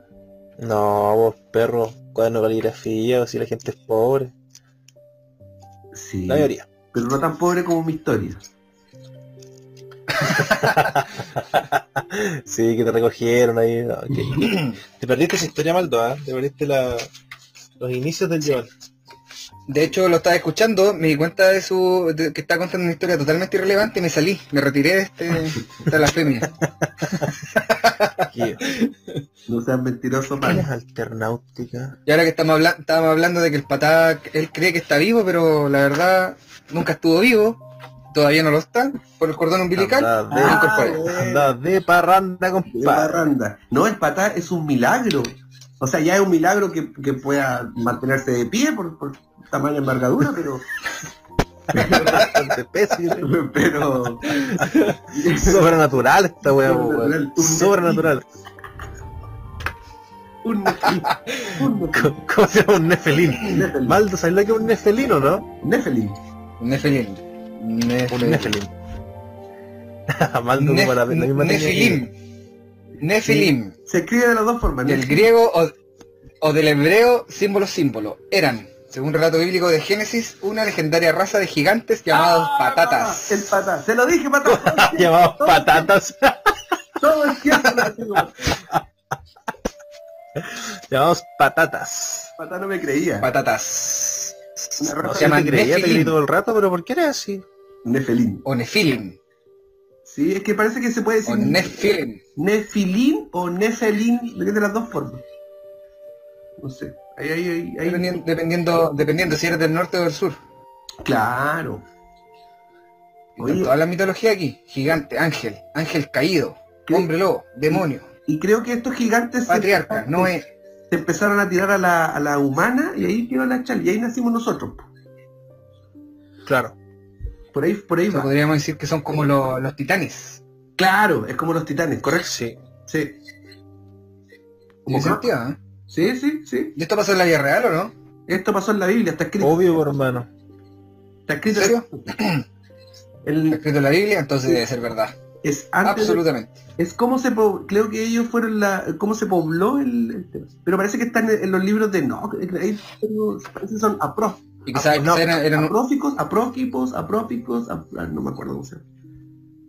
Speaker 2: No, vos, perro, cuaderno de caligrafía, o si la gente es pobre.
Speaker 1: Sí.
Speaker 2: La mayoría.
Speaker 1: Pero no tan pobre como mi historia.
Speaker 2: Sí, que te recogieron ahí.
Speaker 1: <laughs>
Speaker 2: no, que- Te perdiste esa historia, Maldo, ¿ah? Te perdiste la... los inicios del
Speaker 1: <laughs>
Speaker 2: John.
Speaker 3: De hecho, lo estaba escuchando, me di cuenta de su de que estaba contando una historia totalmente irrelevante y me salí, me retiré de este de la femia.
Speaker 1: No seas mentiroso,
Speaker 2: ¿Qué <laughs> es
Speaker 1: mal.
Speaker 2: alternáutica?
Speaker 3: Y ahora que estamos, habla- estábamos hablando de que el patá, él cree que está vivo, pero la verdad nunca estuvo vivo, todavía no lo está, por el cordón umbilical.
Speaker 2: Andá de,
Speaker 3: Ah, incorporé.
Speaker 1: bueno.
Speaker 2: andá de parranda,
Speaker 1: De
Speaker 2: compadre.
Speaker 1: Barranda. No, el patá es un milagro. O sea, ya es un milagro que, que pueda mantenerse de pie por, por tamaño envergadura, pero... <laughs>
Speaker 2: <laughs> Bastante pésil.
Speaker 1: pero...
Speaker 2: Sobrenatural esta wea, po,
Speaker 1: Sobrenatural.
Speaker 2: weón. Sobrenatural.
Speaker 1: un, un
Speaker 2: Co- ¿Cómo se llama un nefelín?
Speaker 1: Nephilim.
Speaker 2: Maldo, ¿sabes lo que es un nefelín o no?
Speaker 1: Nephilim.
Speaker 3: Un Nefelim.
Speaker 2: Un nefelín. <laughs> Maldo como la, la misma técnica.
Speaker 3: Nefilim. Nefilim.
Speaker 1: Se escribe de las dos formas.
Speaker 3: Del griego o, o del hebreo, símbolo símbolo. Eran, según relato bíblico de Génesis, una legendaria raza de gigantes llamados
Speaker 1: Ah,
Speaker 3: patatas.
Speaker 1: El patá. Se lo dije, patá.
Speaker 2: Llamados patatas. <laughs>
Speaker 1: Todo el tiempo lo digo.
Speaker 2: Llamados patatas.
Speaker 1: Patá no me creía.
Speaker 3: Patatas.
Speaker 1: Una
Speaker 2: No
Speaker 1: raza
Speaker 2: sé,
Speaker 3: Se llaman
Speaker 2: te creía, te creí
Speaker 3: nefelín.
Speaker 2: todo el rato, pero ¿por qué era así?
Speaker 1: Nefelín.
Speaker 3: O Nefilim.
Speaker 1: Sí, es que parece que se puede
Speaker 3: O
Speaker 1: decir
Speaker 3: Nefilim.
Speaker 1: Nefilín o Nefelín, que es de las dos formas. No sé. Ahí, ahí, ahí, ahí.
Speaker 3: Dependien- Dependiendo, dependiendo si eres del norte o del sur.
Speaker 1: Claro.
Speaker 3: Está
Speaker 1: Oye,
Speaker 3: Toda la mitología aquí. Gigante, ángel, ángel caído,
Speaker 1: ¿Qué?
Speaker 3: hombre lobo, demonio,
Speaker 1: y creo que estos gigantes se-
Speaker 3: patriarca, no es.
Speaker 1: se empezaron a tirar a la, a la humana y ahí quedó la chal. Y ahí nacimos nosotros.
Speaker 2: Claro.
Speaker 1: Por ahí, por ahí va.
Speaker 3: Podríamos decir que son como lo- los titanes.
Speaker 1: Claro, es como los titanes, correcto.
Speaker 2: Sí.
Speaker 1: Sí.
Speaker 3: Tiene
Speaker 1: Como Cronos.
Speaker 3: sentido, ¿eh?
Speaker 1: Sí, sí, sí.
Speaker 3: ¿Y esto pasó en la vida real o no?
Speaker 1: Esto pasó en la Biblia, está escrito.
Speaker 2: Obvio, hermano.
Speaker 1: Está escrito.
Speaker 3: ¿En serio? ¿Está
Speaker 1: El-
Speaker 3: escrito en la Biblia? Entonces debe ser verdad.
Speaker 1: es antes de-
Speaker 3: Absolutamente.
Speaker 1: Es como se po- creo que ellos fueron la cómo se pobló el, el tema. pero parece que están en, en los libros de no, ahí tengo- parece que son apro-
Speaker 3: Y
Speaker 1: Ah,
Speaker 3: quizás
Speaker 2: no,
Speaker 3: eran, eran un-
Speaker 1: apróficos, apróquipos, apróficos, ap- ah, no me acuerdo cómo se llama.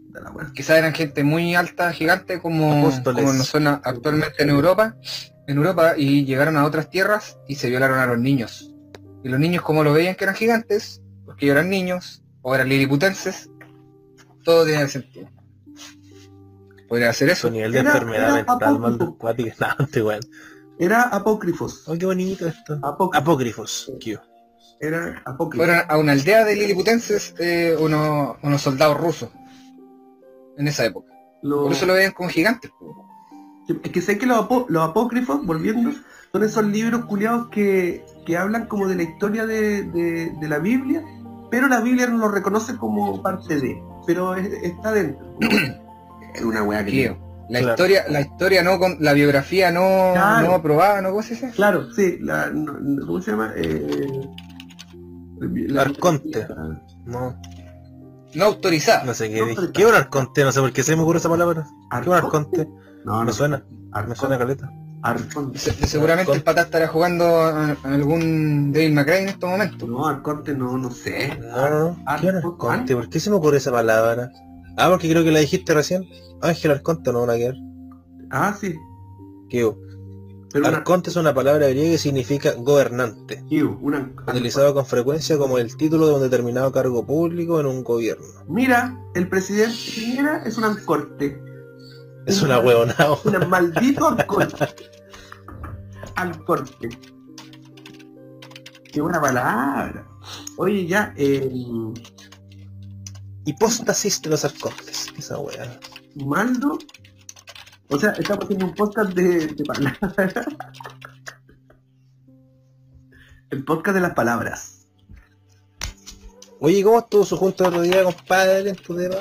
Speaker 1: Da la wea.
Speaker 3: quizás eran gente muy alta, gigante, como,
Speaker 2: Apóstoles.
Speaker 3: como nos suena actualmente en Europa, en Europa, y llegaron a otras tierras y se violaron a los niños. Y los niños como lo veían que eran gigantes, porque ellos eran niños, o eran liliputenses, todo tenía sentido. Podría ser
Speaker 2: Su
Speaker 3: eso.
Speaker 2: nivel de
Speaker 1: Era-
Speaker 2: enfermedad
Speaker 1: era
Speaker 2: mental,
Speaker 1: apócrifo.
Speaker 2: Maldo. Cuática. <laughs> No, da igual.
Speaker 1: Era apócrifos.
Speaker 2: Oh, qué bonito esto.
Speaker 1: Apócrifos.
Speaker 2: Apócrifos. Q.
Speaker 1: Era apócrifos.
Speaker 3: Fueron a una aldea de liliputenses eh, unos, unos soldados rusos, en esa época.
Speaker 1: Lo-
Speaker 3: Por eso lo veían como gigantes. pues, po.
Speaker 1: Es que sé que los, apó- los apócrifos, volviendo, son esos libros culiados que, que hablan como de la historia de, de- de la Biblia, pero la Biblia no lo reconoce como parte de, pero es- está dentro. <clears throat> es una weá que...
Speaker 3: Creo. La
Speaker 2: Claro.
Speaker 3: historia, la historia no con la biografía no,
Speaker 1: Claro.
Speaker 3: no aprobada, ¿no? ¿Cómo se dice?
Speaker 1: Claro, sí, la, no- no- ¿cómo se llama? Eh, la-
Speaker 2: Arconte. No,
Speaker 3: No autorizada.
Speaker 2: no sé qué
Speaker 1: No,
Speaker 2: dije.
Speaker 1: pero-
Speaker 2: ¿Qué es un arconte? No sé por qué se me ocurre esa palabra. ¿Qué es un arconte?
Speaker 1: No, no,
Speaker 2: Me suena, me
Speaker 1: arconte,
Speaker 2: suena caleta.
Speaker 1: arconte.
Speaker 3: Se- seguramente el pata estará jugando a- a algún David McRae en este estos momentos.
Speaker 1: No, arconte no, no sé.
Speaker 2: No, no, no. ¿Qué es un
Speaker 1: Arco-
Speaker 2: arconte? ¿Por qué se me ocurre esa palabra? Ah, porque creo que la dijiste recién. Ángel Arconte no van a quedar.
Speaker 1: Ah, sí.
Speaker 2: ¿Qué? hubo?
Speaker 1: Pero una-
Speaker 2: Arconte es una palabra griega que significa gobernante,
Speaker 1: una-
Speaker 2: utilizado con frecuencia como el título de un determinado cargo público en un gobierno.
Speaker 1: Mira, el presidente Piñera es un ancorte.
Speaker 2: Es una oh. huevonao.
Speaker 1: Un maldito ancorte. Ancorte. Qué buena palabra. Oye, ya, eh,
Speaker 2: Hipóstasis de los arcontes. Esa wea.
Speaker 1: Maldo. O sea, estamos haciendo un podcast de, de palabras. El podcast de las palabras.
Speaker 2: Oye, ¿cómo estuvo su junta el otro día, compadre, en tu tema?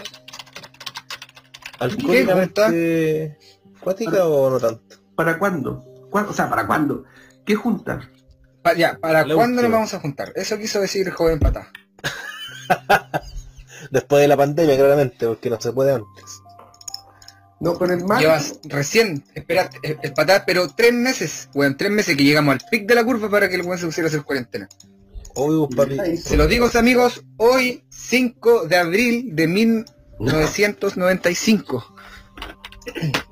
Speaker 2: ¿Alcohólicamente acuática o no tanto?
Speaker 1: ¿Para cuándo? ¿Cuá- O sea, ¿para cuándo? ¿Qué junta?
Speaker 3: Pa- ya, ¿para
Speaker 2: La
Speaker 3: cuándo nos
Speaker 2: última.
Speaker 3: vamos a juntar? Eso quiso decir el joven pata.
Speaker 2: Después de la pandemia, claramente, porque no se puede antes.
Speaker 1: No, con el mal.
Speaker 3: Llevas recién, esperaste, eh, el patá, pero tres meses, weón, tres meses que llegamos al pic de la curva para que el weón se pusiera a hacer cuarentena.
Speaker 2: Obvio, pues, papi.
Speaker 3: Se los digo, amigos, hoy 5 de abril de 1995.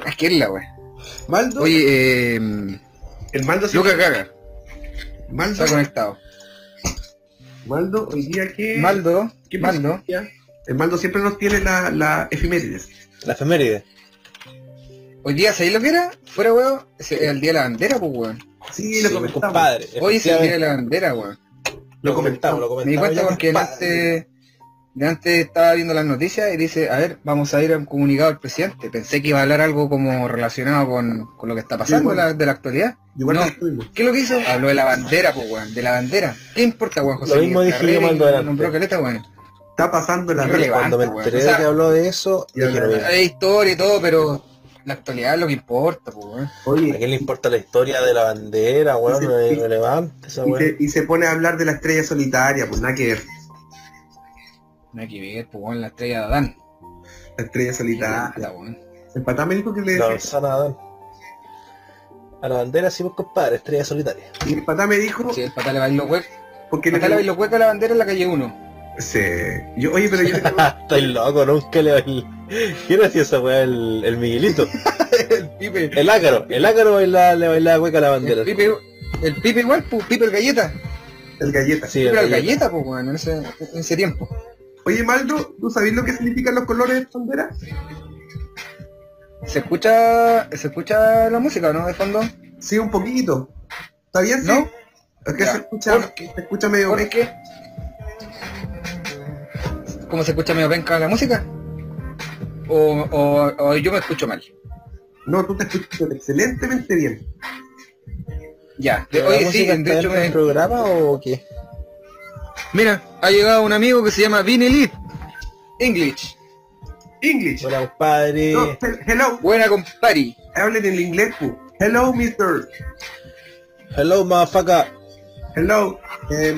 Speaker 3: Aquí es la weón.
Speaker 1: Maldo.
Speaker 3: Oye, eh,
Speaker 1: el Maldo se-
Speaker 3: Luca Caga,
Speaker 1: Maldo,
Speaker 3: está conectado.
Speaker 1: Maldo, hoy día que...
Speaker 3: Maldo,
Speaker 1: ¿Qué pasa?
Speaker 3: Maldo,
Speaker 1: El Maldo siempre nos tiene la, la efemérides.
Speaker 2: La efeméride.
Speaker 3: hoy día, ¿sabéis lo que era? Fuera, weón, es el día de la bandera, pues, weón.
Speaker 1: Sí, lo
Speaker 2: Sí,
Speaker 1: comentamos.
Speaker 2: compadre.
Speaker 3: Hoy es el día de
Speaker 2: efectivamente. Pues
Speaker 3: la bandera, weón.
Speaker 1: Lo comentamos.
Speaker 2: lo
Speaker 3: Me di
Speaker 2: comentamos.
Speaker 3: cuenta
Speaker 2: ya,
Speaker 3: porque
Speaker 2: compadre.
Speaker 3: antes, de antes estaba viendo las noticias y dice, a ver, vamos a ir a un comunicado al presidente. Pensé que iba a hablar algo como relacionado con, con lo que está pasando
Speaker 1: Igual.
Speaker 3: la-
Speaker 2: pues.
Speaker 3: de la actualidad.
Speaker 1: Igual
Speaker 3: No.
Speaker 1: que estuvimos.
Speaker 3: ¿Qué es lo que hizo? Habló de la bandera, pues, weón, de la bandera. ¿Qué importa, weón, José?
Speaker 2: Lo mismo
Speaker 3: Miguel
Speaker 2: dije
Speaker 3: Carrera
Speaker 2: yo más
Speaker 3: y
Speaker 2: adelante.
Speaker 3: nombró caleta, weón.
Speaker 1: Está pasando la
Speaker 3: Irrelevante.
Speaker 2: Cuando me
Speaker 3: weón.
Speaker 2: enteré
Speaker 3: O sea,
Speaker 2: de que habló de eso,
Speaker 1: ya
Speaker 2: dije,
Speaker 1: la-
Speaker 2: "Mira,
Speaker 3: Hay historia y todo, pero la actualidad es lo que importa, pues, weón.
Speaker 2: ¿A
Speaker 1: Oye,
Speaker 2: quién le importa la historia de la bandera, weón?
Speaker 1: Sí,
Speaker 2: No es
Speaker 1: sí.
Speaker 2: irrelevante esa
Speaker 1: y
Speaker 2: weón.
Speaker 1: se, y se pone a hablar de la estrella solitaria, pues nada que ver.
Speaker 3: No hay que ver, pues, weón, la estrella de Adán.
Speaker 1: La estrella solitaria.
Speaker 3: Puta, weón.
Speaker 1: El patá me dijo que le
Speaker 2: La
Speaker 1: decía.
Speaker 2: manzana de Adán. A la bandera sí, pues compadre, estrella solitaria.
Speaker 1: Y el patá me dijo
Speaker 3: Sí, el patá le va a ir los huecos.
Speaker 1: porque le
Speaker 3: patá le va a ir los huecos a la bandera en la calle 1.
Speaker 1: Sí. Yo, oye, pero yo
Speaker 2: Ah, estoy loco, nunca le bailé. <laughs> ¿Quién hacía esa weá? El, el Miguelito.
Speaker 3: el pipe.
Speaker 2: El ácaro. El ácaro baila, le bailaba hueca a la bandera.
Speaker 3: El pipe, el pipe igual, pues, pipe el galleta.
Speaker 1: el galleta.
Speaker 2: Sí,
Speaker 3: Pipe
Speaker 2: el
Speaker 3: era el
Speaker 2: Galleta.
Speaker 3: galleta, pues, weón, en ese, en ese tiempo.
Speaker 1: Oye, Maldo, ¿tú sabes lo que significan los colores de bandera?
Speaker 3: ¿Se escucha, se escucha la música, no? De fondo.
Speaker 1: Sí, un poquito. ¿Está bien? sí?
Speaker 3: ¿No?
Speaker 1: Es que
Speaker 3: Ya.
Speaker 1: se escucha,
Speaker 3: Porque-
Speaker 1: se escucha medio...
Speaker 3: Porque... ¿Cómo se escucha medio penca la música? O, o- o yo me escucho mal.
Speaker 1: No, tú te escuchas excelentemente bien.
Speaker 3: Ya.
Speaker 2: ¿La
Speaker 3: Oye, sí,
Speaker 2: música está
Speaker 3: de hecho
Speaker 2: dentro
Speaker 3: me,
Speaker 2: del programa o qué?
Speaker 3: Mira, ha llegado un amigo que se llama Vinilit English.
Speaker 1: English.
Speaker 2: Hola, compadre.
Speaker 1: No, he- hello.
Speaker 3: Buena compari.
Speaker 1: Hablen en inglés, pu. Hello, mister.
Speaker 2: Hello, motherfucker.
Speaker 1: Hello. Eh,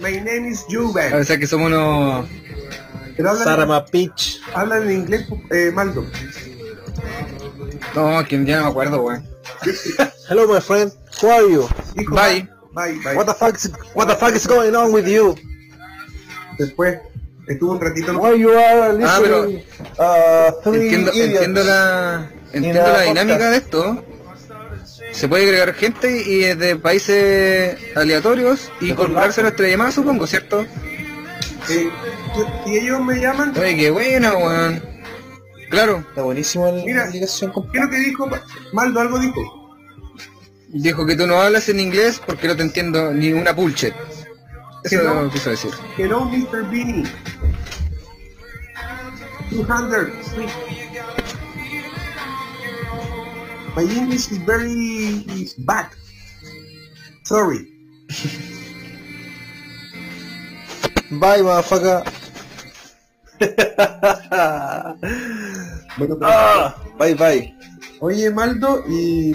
Speaker 1: my- my name is
Speaker 3: A
Speaker 1: Juven.
Speaker 3: pesar que somos unos...
Speaker 1: Pero hablan,
Speaker 2: Sarama Peach.
Speaker 1: hablan en inglés, pu, eh, Maldo.
Speaker 3: No, que ya no me acuerdo, weón.
Speaker 2: Hello, my friend. How are you?
Speaker 1: Dijo,
Speaker 3: Bye.
Speaker 1: Bye, bye.
Speaker 2: What the fuck is, what the fuck is going on with you?
Speaker 1: Después estuvo un ratito...
Speaker 2: Why you are listening ah, three
Speaker 3: Entiendo,
Speaker 2: idiots.
Speaker 3: entiendo la, entiendo
Speaker 2: la
Speaker 3: la
Speaker 2: podcast.
Speaker 3: dinámica de esto. Se puede agregar gente y es de países aleatorios y incorporarse a nuestra llamada, supongo, ¿cierto?
Speaker 1: Eh, yo- si ellos me llaman...
Speaker 3: Oye, qué buena, weón. Claro,
Speaker 2: Está buenísimo la
Speaker 1: Mira,
Speaker 2: aplicación,
Speaker 1: ¿Qué es lo que dijo? Maldo, algo dijo.
Speaker 3: dijo que tú no hablas en inglés porque no te entiendo ni una pulche.
Speaker 1: Que
Speaker 3: Eso
Speaker 1: no.
Speaker 3: quiso decir.
Speaker 1: Hello, Mr. Beanie. 200. sweet. My English is very bad. Sorry.
Speaker 2: Bye, motherfucker.
Speaker 1: Bueno, pues, pero-
Speaker 2: Ah, bye, bye.
Speaker 1: Oye, Maldo, y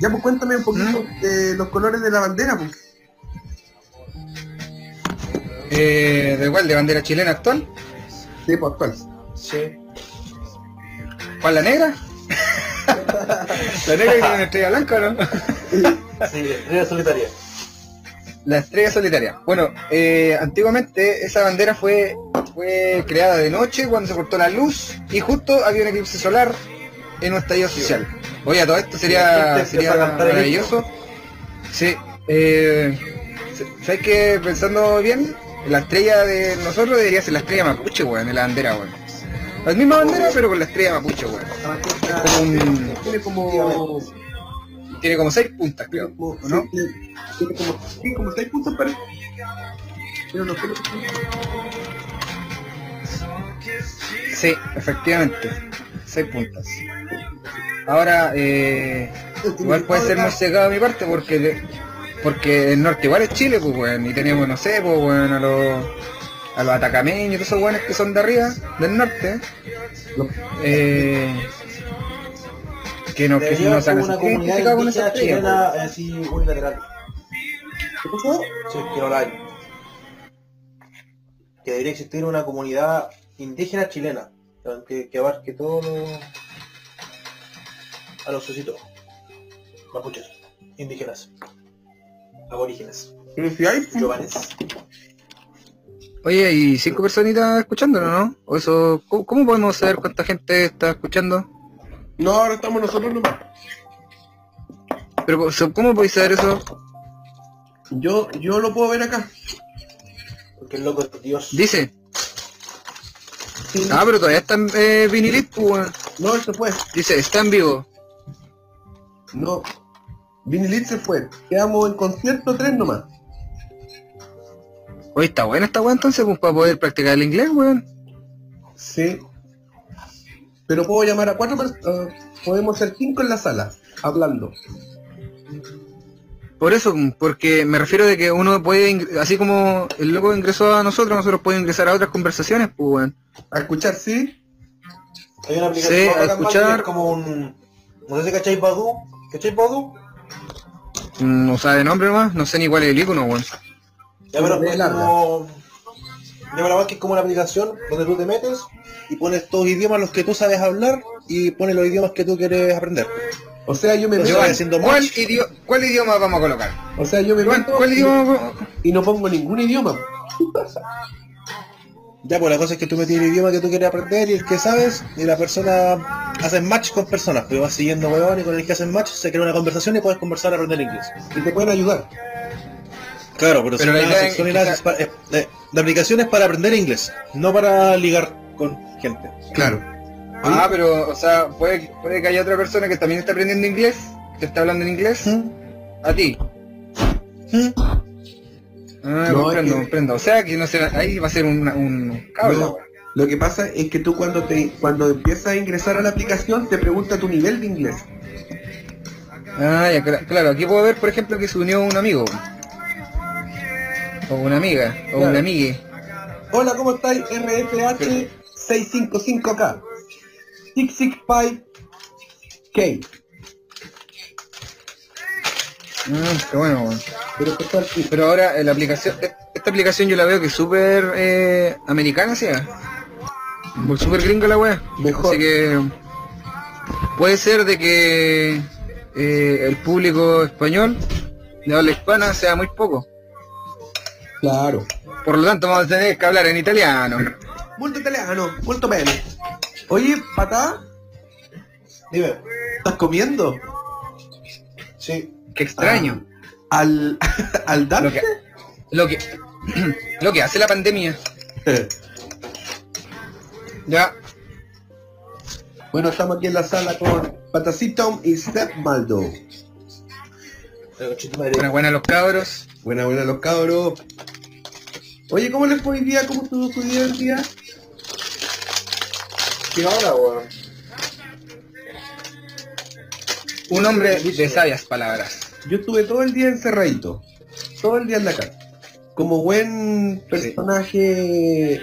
Speaker 1: ya pues cuéntame un poquito
Speaker 3: ¿Mm?
Speaker 1: de los colores de la bandera, pues.
Speaker 3: Eh, ¿De cuál? ¿De bandera chilena actual?
Speaker 1: Sí, pues actual.
Speaker 2: Sí.
Speaker 3: ¿Cuál la negra? <laughs> la negra que tiene una estrella blanca, ¿no?
Speaker 4: Sí, era solitaria.
Speaker 3: La estrella solitaria. Bueno, eh, antiguamente esa bandera fue, fue creada de noche cuando se cortó la luz y justo había un eclipse solar en un estallido social. Oye, a todo esto
Speaker 4: la
Speaker 3: sería,
Speaker 4: gente
Speaker 3: sería
Speaker 4: empezó a cantar el
Speaker 3: maravilloso. Sí, eh, se- ¿sabes que Pensando bien, la estrella de nosotros debería ser la estrella mapuche, weón, de la bandera, weón. La misma bandera, pero con la estrella mapuche, weón. Como un-
Speaker 1: Tiene como...
Speaker 3: Tiene como seis puntas, creo.
Speaker 1: como-
Speaker 3: ¿o no?
Speaker 1: sí, Tiene como... Sí, como seis puntos, pero... Pero no creo que-
Speaker 3: Sí, efectivamente. Seis puntas. Ahora, eh, igual puede ser muy secado de mi parte porque porque el norte igual es Chile, pues weón, y tenemos, no sé, pues weón, a los, a los atacameños y todos esos weones que son de arriba, del norte, eh, que no, que
Speaker 4: Debería
Speaker 3: no se
Speaker 4: ser
Speaker 3: han
Speaker 4: una comunidad
Speaker 3: identificado con pues. esa
Speaker 4: indígena
Speaker 3: estrella.
Speaker 4: chilena así unilateral.
Speaker 1: ¿Qué pasó?
Speaker 4: Si es que no la hay. Que debería existir una comunidad indígena chilena que, que abarque todos los... a los ositos. Mapuches. Indígenas. Aborígenes.
Speaker 1: Pero si hay...
Speaker 4: Giovanes.
Speaker 3: pues. Oye, y cinco personitas escuchándolo, ¿no? O eso, ¿cómo, cómo podemos saber cuánta gente está escuchando?
Speaker 1: No, ahora estamos nosotros nomás.
Speaker 3: Pero, ¿cómo podéis saber eso?
Speaker 1: Yo, yo lo puedo ver acá.
Speaker 4: Porque el loco es Dios.
Speaker 3: Dice, Ah, pero todavía están eh, vinilit, pues, weón.
Speaker 1: No, se fue.
Speaker 3: Dice, están vivos.
Speaker 1: No. Vinilit se fue. Quedamos en concierto tres nomás.
Speaker 3: Oye, está buena esta weón entonces, pues, para poder practicar el inglés, weón.
Speaker 1: Sí. Pero puedo llamar a cuatro personas. podemos ser cinco en la sala, hablando.
Speaker 3: Por eso, porque me refiero de que uno puede, ing- así como el loco ingresó a nosotros, nosotros podemos ingresar a otras conversaciones, pues, weón.
Speaker 1: A escuchar, sí.
Speaker 4: Hay una aplicación
Speaker 3: Sí, a
Speaker 4: acá en Valparaíso,
Speaker 3: escuchar.
Speaker 4: es como un... No sé si cacháis Badu. ¿Cacháis Badu?
Speaker 3: Mm, O sea, de nombre nomás, no sé ni cuál es el icono, weón.
Speaker 4: Ya pero
Speaker 2: pues,
Speaker 1: Como
Speaker 4: es
Speaker 1: larga.
Speaker 4: como... Ya pero más que es como una aplicación donde tú te metes
Speaker 2: Y pones todos idiomas los que tú sabes hablar y pones los idiomas que tú quieres aprender.
Speaker 1: O sea, yo me
Speaker 2: Yo-
Speaker 1: meto.
Speaker 2: Joan,
Speaker 3: ¿cuál,
Speaker 2: match.
Speaker 3: idio- cuál idioma vamos a colocar?
Speaker 1: O sea, yo me
Speaker 3: Joan,
Speaker 1: meto
Speaker 3: ¿cuál
Speaker 1: y-
Speaker 3: idioma vamos a-
Speaker 1: y no pongo ningún idioma.
Speaker 2: Ya, pues la cosa es que tú metes el idioma que tú quieres aprender y el que sabes, y la persona haces match con personas, pero vas siguiendo huevón y con el que haces match se crea una conversación y puedes conversar a aprender inglés.
Speaker 1: Y te pueden ayudar.
Speaker 2: Claro, pero,
Speaker 3: Pero
Speaker 2: son
Speaker 3: la
Speaker 2: las
Speaker 3: idea es
Speaker 2: secciones,
Speaker 3: que
Speaker 2: las-
Speaker 3: sea-
Speaker 2: eh, eh, la aplicación es para aprender inglés, no para ligar con gente.
Speaker 1: Claro.
Speaker 3: Ah, pero, o sea, puede, puede que haya otra persona que también está aprendiendo inglés, te está hablando en inglés,
Speaker 2: ¿Mm?
Speaker 3: a ti.
Speaker 2: ¿Mm?
Speaker 3: Ah,
Speaker 1: No, es que-
Speaker 3: comprendo, comprendo. O sea, que no sé, ahí va a ser una- un cable,
Speaker 1: No.
Speaker 3: weón.
Speaker 1: Lo que pasa es que tú cuando te cuando empiezas a ingresar a la aplicación te pregunta tu nivel de inglés.
Speaker 3: Ah, ya, cla- claro, aquí puedo ver, por ejemplo, que se unió un amigo. O una amiga, o
Speaker 1: Claro.
Speaker 3: un amigue.
Speaker 1: Hola, ¿cómo estáis? RFH 655K. 665K.
Speaker 3: Mm, qué bueno, weón.
Speaker 1: Pero pues, que está aquí.
Speaker 3: Pero ahora, eh, la aplicación, eh, esta aplicación yo la veo que es súper eh, americana, ¿sí? Por súper gringa la weá.
Speaker 1: Mejor.
Speaker 3: Así que puede ser de que eh, el público español de habla hispana sea muy poco.
Speaker 1: Claro.
Speaker 3: Por lo tanto, vamos a tener que hablar en italiano.
Speaker 1: Molto italiano, molto bene. Oye, patá,
Speaker 4: Dime,
Speaker 1: ¿estás comiendo?
Speaker 4: sí.
Speaker 3: Qué extraño.
Speaker 1: Al, <laughs> al
Speaker 3: lo
Speaker 1: Dante.
Speaker 3: que lo que <clears throat> lo que hace la pandemia ya
Speaker 1: Bueno, estamos aquí en la sala con Patacito y Step Maldo.
Speaker 4: La conchita madre.
Speaker 3: buena buena los cabros
Speaker 1: Buena, buena los cabros. Oye, ¿cómo les fue hoy día? ¿Cómo estuvo su día el día?
Speaker 4: ¿Qué hora, weón?
Speaker 3: Un hombre de sabias palabras.
Speaker 1: Yo estuve todo el día encerradito, todo el día en la casa. Como buen personaje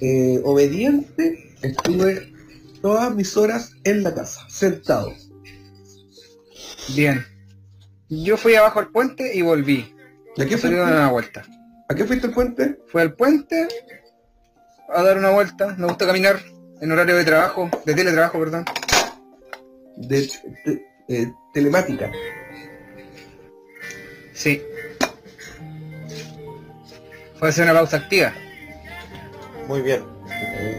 Speaker 1: eh, obediente, estuve todas mis horas en la casa, sentado.
Speaker 3: Bien. Yo fui abajo al puente y volví.
Speaker 1: ¿Y a qué
Speaker 3: He
Speaker 1: fuiste?
Speaker 3: salido a dar una vuelta.
Speaker 1: ¿A qué fuiste al puente?
Speaker 3: Fui al puente a dar una vuelta. Me gusta caminar en horario de trabajo, de teletrabajo, perdón.
Speaker 1: De, te- eh, telemática.
Speaker 3: Sí. Fue a hacer una pausa activa.
Speaker 4: Muy bien.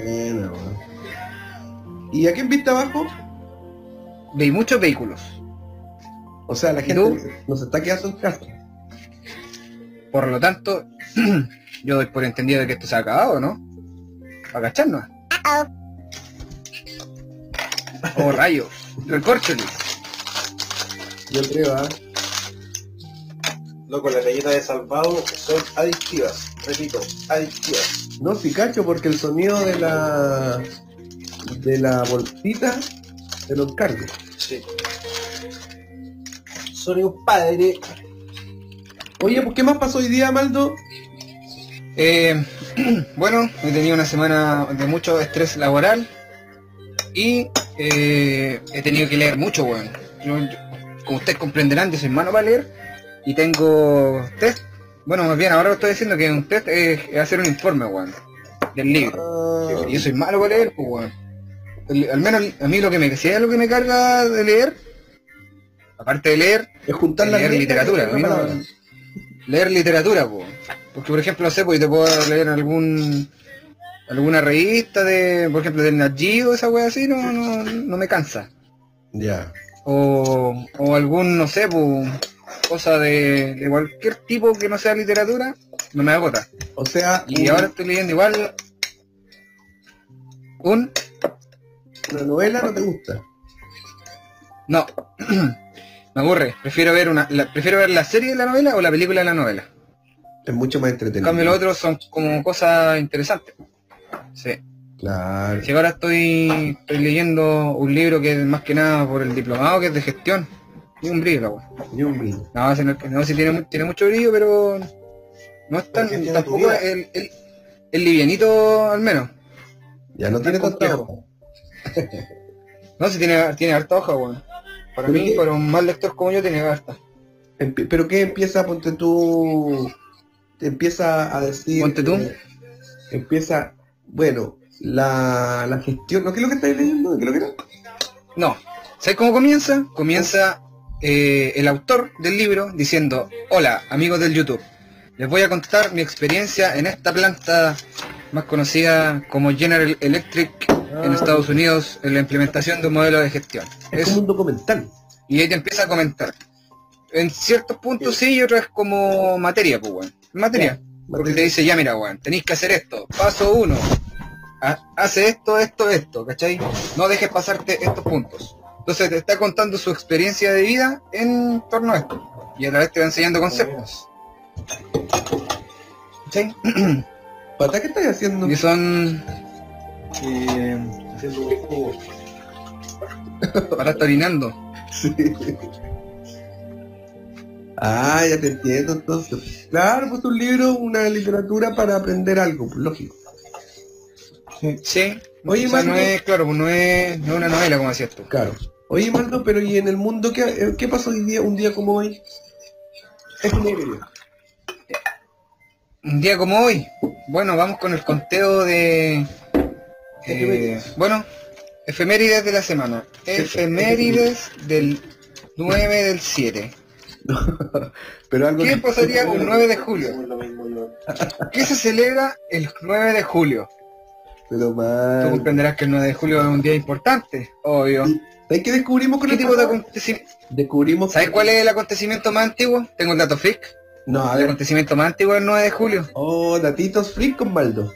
Speaker 1: Buena, weón. ¿Y a quién viste abajo?
Speaker 3: Vi muchos vehículos.
Speaker 1: O sea, la gente
Speaker 3: ¿Tú?
Speaker 1: nos está quedando en casa.
Speaker 3: Por lo tanto, <clears throat> yo doy por entendido de que esto se ha acabado, ¿no? Para cacharnos. Oh, rayo. Recorcholis.
Speaker 1: Yo creo, ¿ah?
Speaker 4: Loco, las galletas de salvado son adictivas. Repito, adictivas.
Speaker 1: No, si cacho, porque el sonido de la de la bolsita se lo encargo.
Speaker 4: Sí. Soy un padre.
Speaker 1: Oye, pues ¿qué más pasó hoy día, Maldo?
Speaker 3: Eh, <clears throat> bueno, he tenido una semana de mucho estrés laboral y eh, he tenido que leer mucho, weón. Yo- yo- como ustedes comprenderán, yo soy malo para leer y tengo test. Bueno, más bien, ahora lo estoy diciendo que un test es, es hacer un informe, weón, del libro. Y yo soy malo para leer, pues, weón. El- al menos a mí lo que me, si es lo que me carga de leer, aparte de leer,
Speaker 1: Es juntar la
Speaker 3: leer literatura, a mí no- leer literatura, po. porque por ejemplo, no sé, pues yo te puedo leer algún alguna revista de, por ejemplo, del Nat Geo, esa wea así, no, no, no me cansa.
Speaker 1: Ya.
Speaker 3: O, o algún, no sé, pues, cosa de, de cualquier tipo que no sea literatura, no me agota.
Speaker 1: O sea,
Speaker 3: Y
Speaker 1: un-
Speaker 3: ahora estoy leyendo igual un
Speaker 1: una novela no te gusta.
Speaker 3: no. <clears throat> me aburre, prefiero ver una la- prefiero ver la serie de la novela o la película de la novela.
Speaker 1: Es mucho más
Speaker 3: En
Speaker 1: entretenido.
Speaker 3: cambio los otros son como cosas interesantes. Sí.
Speaker 1: Claro.
Speaker 3: Si ahora estoy, estoy leyendo un libro que es más que nada por el diplomado, que es de gestión. Y un brillo, la wea.
Speaker 1: Ni un vino.
Speaker 3: No, si no, no, si tiene, mu- tiene mucho brillo, pero no es tan,
Speaker 4: Porque tiene tu
Speaker 3: tampoco
Speaker 4: vida.
Speaker 3: el, el, el livianito al menos.
Speaker 1: Ya no tiene tanto
Speaker 3: complejo. No, si tiene, tiene harta hoja, weón. Para mí, para un mal lector como yo, tiene harta.
Speaker 1: Pero que empieza, ponte tú, te empieza a decir...
Speaker 3: Ponte tú.
Speaker 1: eh, empieza, bueno, la, la gestión... ¿No qué es lo que estáis leyendo? ¿Qué es lo que era?
Speaker 3: No. ¿Sabes cómo comienza? Comienza eh, el autor del libro diciendo, hola amigos del YouTube, les voy a contar mi experiencia en esta planta más conocida como General Electric en Estados Unidos en la implementación de un modelo de gestión.
Speaker 1: Ah. Es
Speaker 3: Es-
Speaker 1: como un documental.
Speaker 3: y ahí te empieza a comentar. En ciertos puntos sí, y otras como materia, pues weón. Materia. Porque te dice, ya mira, weón, tenéis que hacer esto. Paso uno. Ha- hace esto, esto, esto, ¿cachai? No dejes pasarte estos puntos. Entonces te está contando su experiencia de vida en torno a esto. Y a la vez te va enseñando conceptos. ¿Cachai?
Speaker 1: ¿Para qué estáis haciendo?
Speaker 3: Y son...
Speaker 4: eh, Haciendo un jugo.
Speaker 3: Para estar orinando.
Speaker 1: <laughs> Sí. Ah, ya te entiendo entonces. Claro, pues un libro, una literatura para aprender algo, pues, lógico.
Speaker 3: Sí.
Speaker 1: Oye,
Speaker 3: O sea, no
Speaker 1: Marco.
Speaker 3: es, claro, pues no es, no es una novela como decías tú.
Speaker 1: Claro. Oye, Marco, pero ¿y en el mundo qué, eh, qué pasó hoy día, un día como hoy? Es un día.
Speaker 3: Un día como hoy. Bueno, vamos con el conteo de... eh, bueno, efemérides de la semana. Efemérides del 9 del 7.
Speaker 1: Pero algo
Speaker 3: ¿Qué
Speaker 1: que-
Speaker 3: pasaría un 9 de julio?
Speaker 4: Hacemos lo mismo, yo.
Speaker 3: ¿Qué se celebra el 9 de julio?
Speaker 1: Pero
Speaker 3: Tú
Speaker 1: mal.
Speaker 3: comprenderás que el 9 de julio es un día importante, obvio.
Speaker 1: ¿Sabes qué descubrimos con
Speaker 3: ¿Qué
Speaker 1: el
Speaker 3: tipo de
Speaker 1: pasado?
Speaker 3: acontecimiento?
Speaker 1: Descubrimos...
Speaker 3: ¿Sabes cuál es el acontecimiento más antiguo? Tengo el dato freak.
Speaker 1: No, a
Speaker 3: El
Speaker 1: ver.
Speaker 3: acontecimiento más antiguo es el 9 de julio.
Speaker 1: Oh, datitos free con Maldo.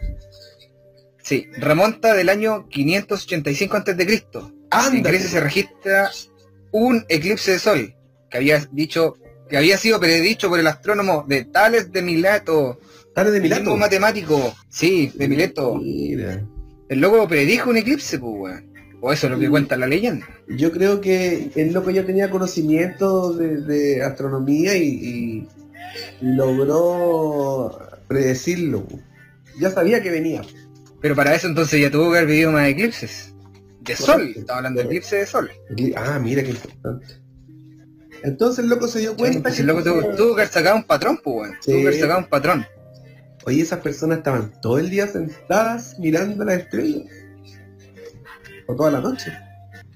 Speaker 3: Sí, remonta del año 585 a.C. En
Speaker 1: Anda.
Speaker 3: Grecia se registra un eclipse de sol que había dicho que había sido predicho por el astrónomo de Tales de Mileto,
Speaker 1: Dale de
Speaker 3: el mismo
Speaker 1: Milato.
Speaker 3: matemático, sí, de Mileto.
Speaker 1: Mira.
Speaker 3: El loco predijo un eclipse, pues, weón. O eso es
Speaker 1: Mm.
Speaker 3: lo que cuenta la leyenda.
Speaker 1: Yo creo que es lo que yo tenía conocimiento de, de astronomía y, y logró predecirlo. Ya sabía que venía.
Speaker 3: Pero para eso entonces ya tuvo que haber vivido más eclipses. De sol,
Speaker 1: Correcto,
Speaker 3: estaba hablando de
Speaker 1: correcto.
Speaker 3: eclipses de sol.
Speaker 1: Ah, mira qué importante. Entonces el loco se dio cuenta
Speaker 3: Entonces pues, el loco tuvo, tuvo que haber sacado un patrón, pues weón.
Speaker 1: Sí.
Speaker 3: Tuvo que haber sacado un patrón.
Speaker 1: Oye, esas personas estaban todo el día sentadas mirando las estrellas. O toda la noche.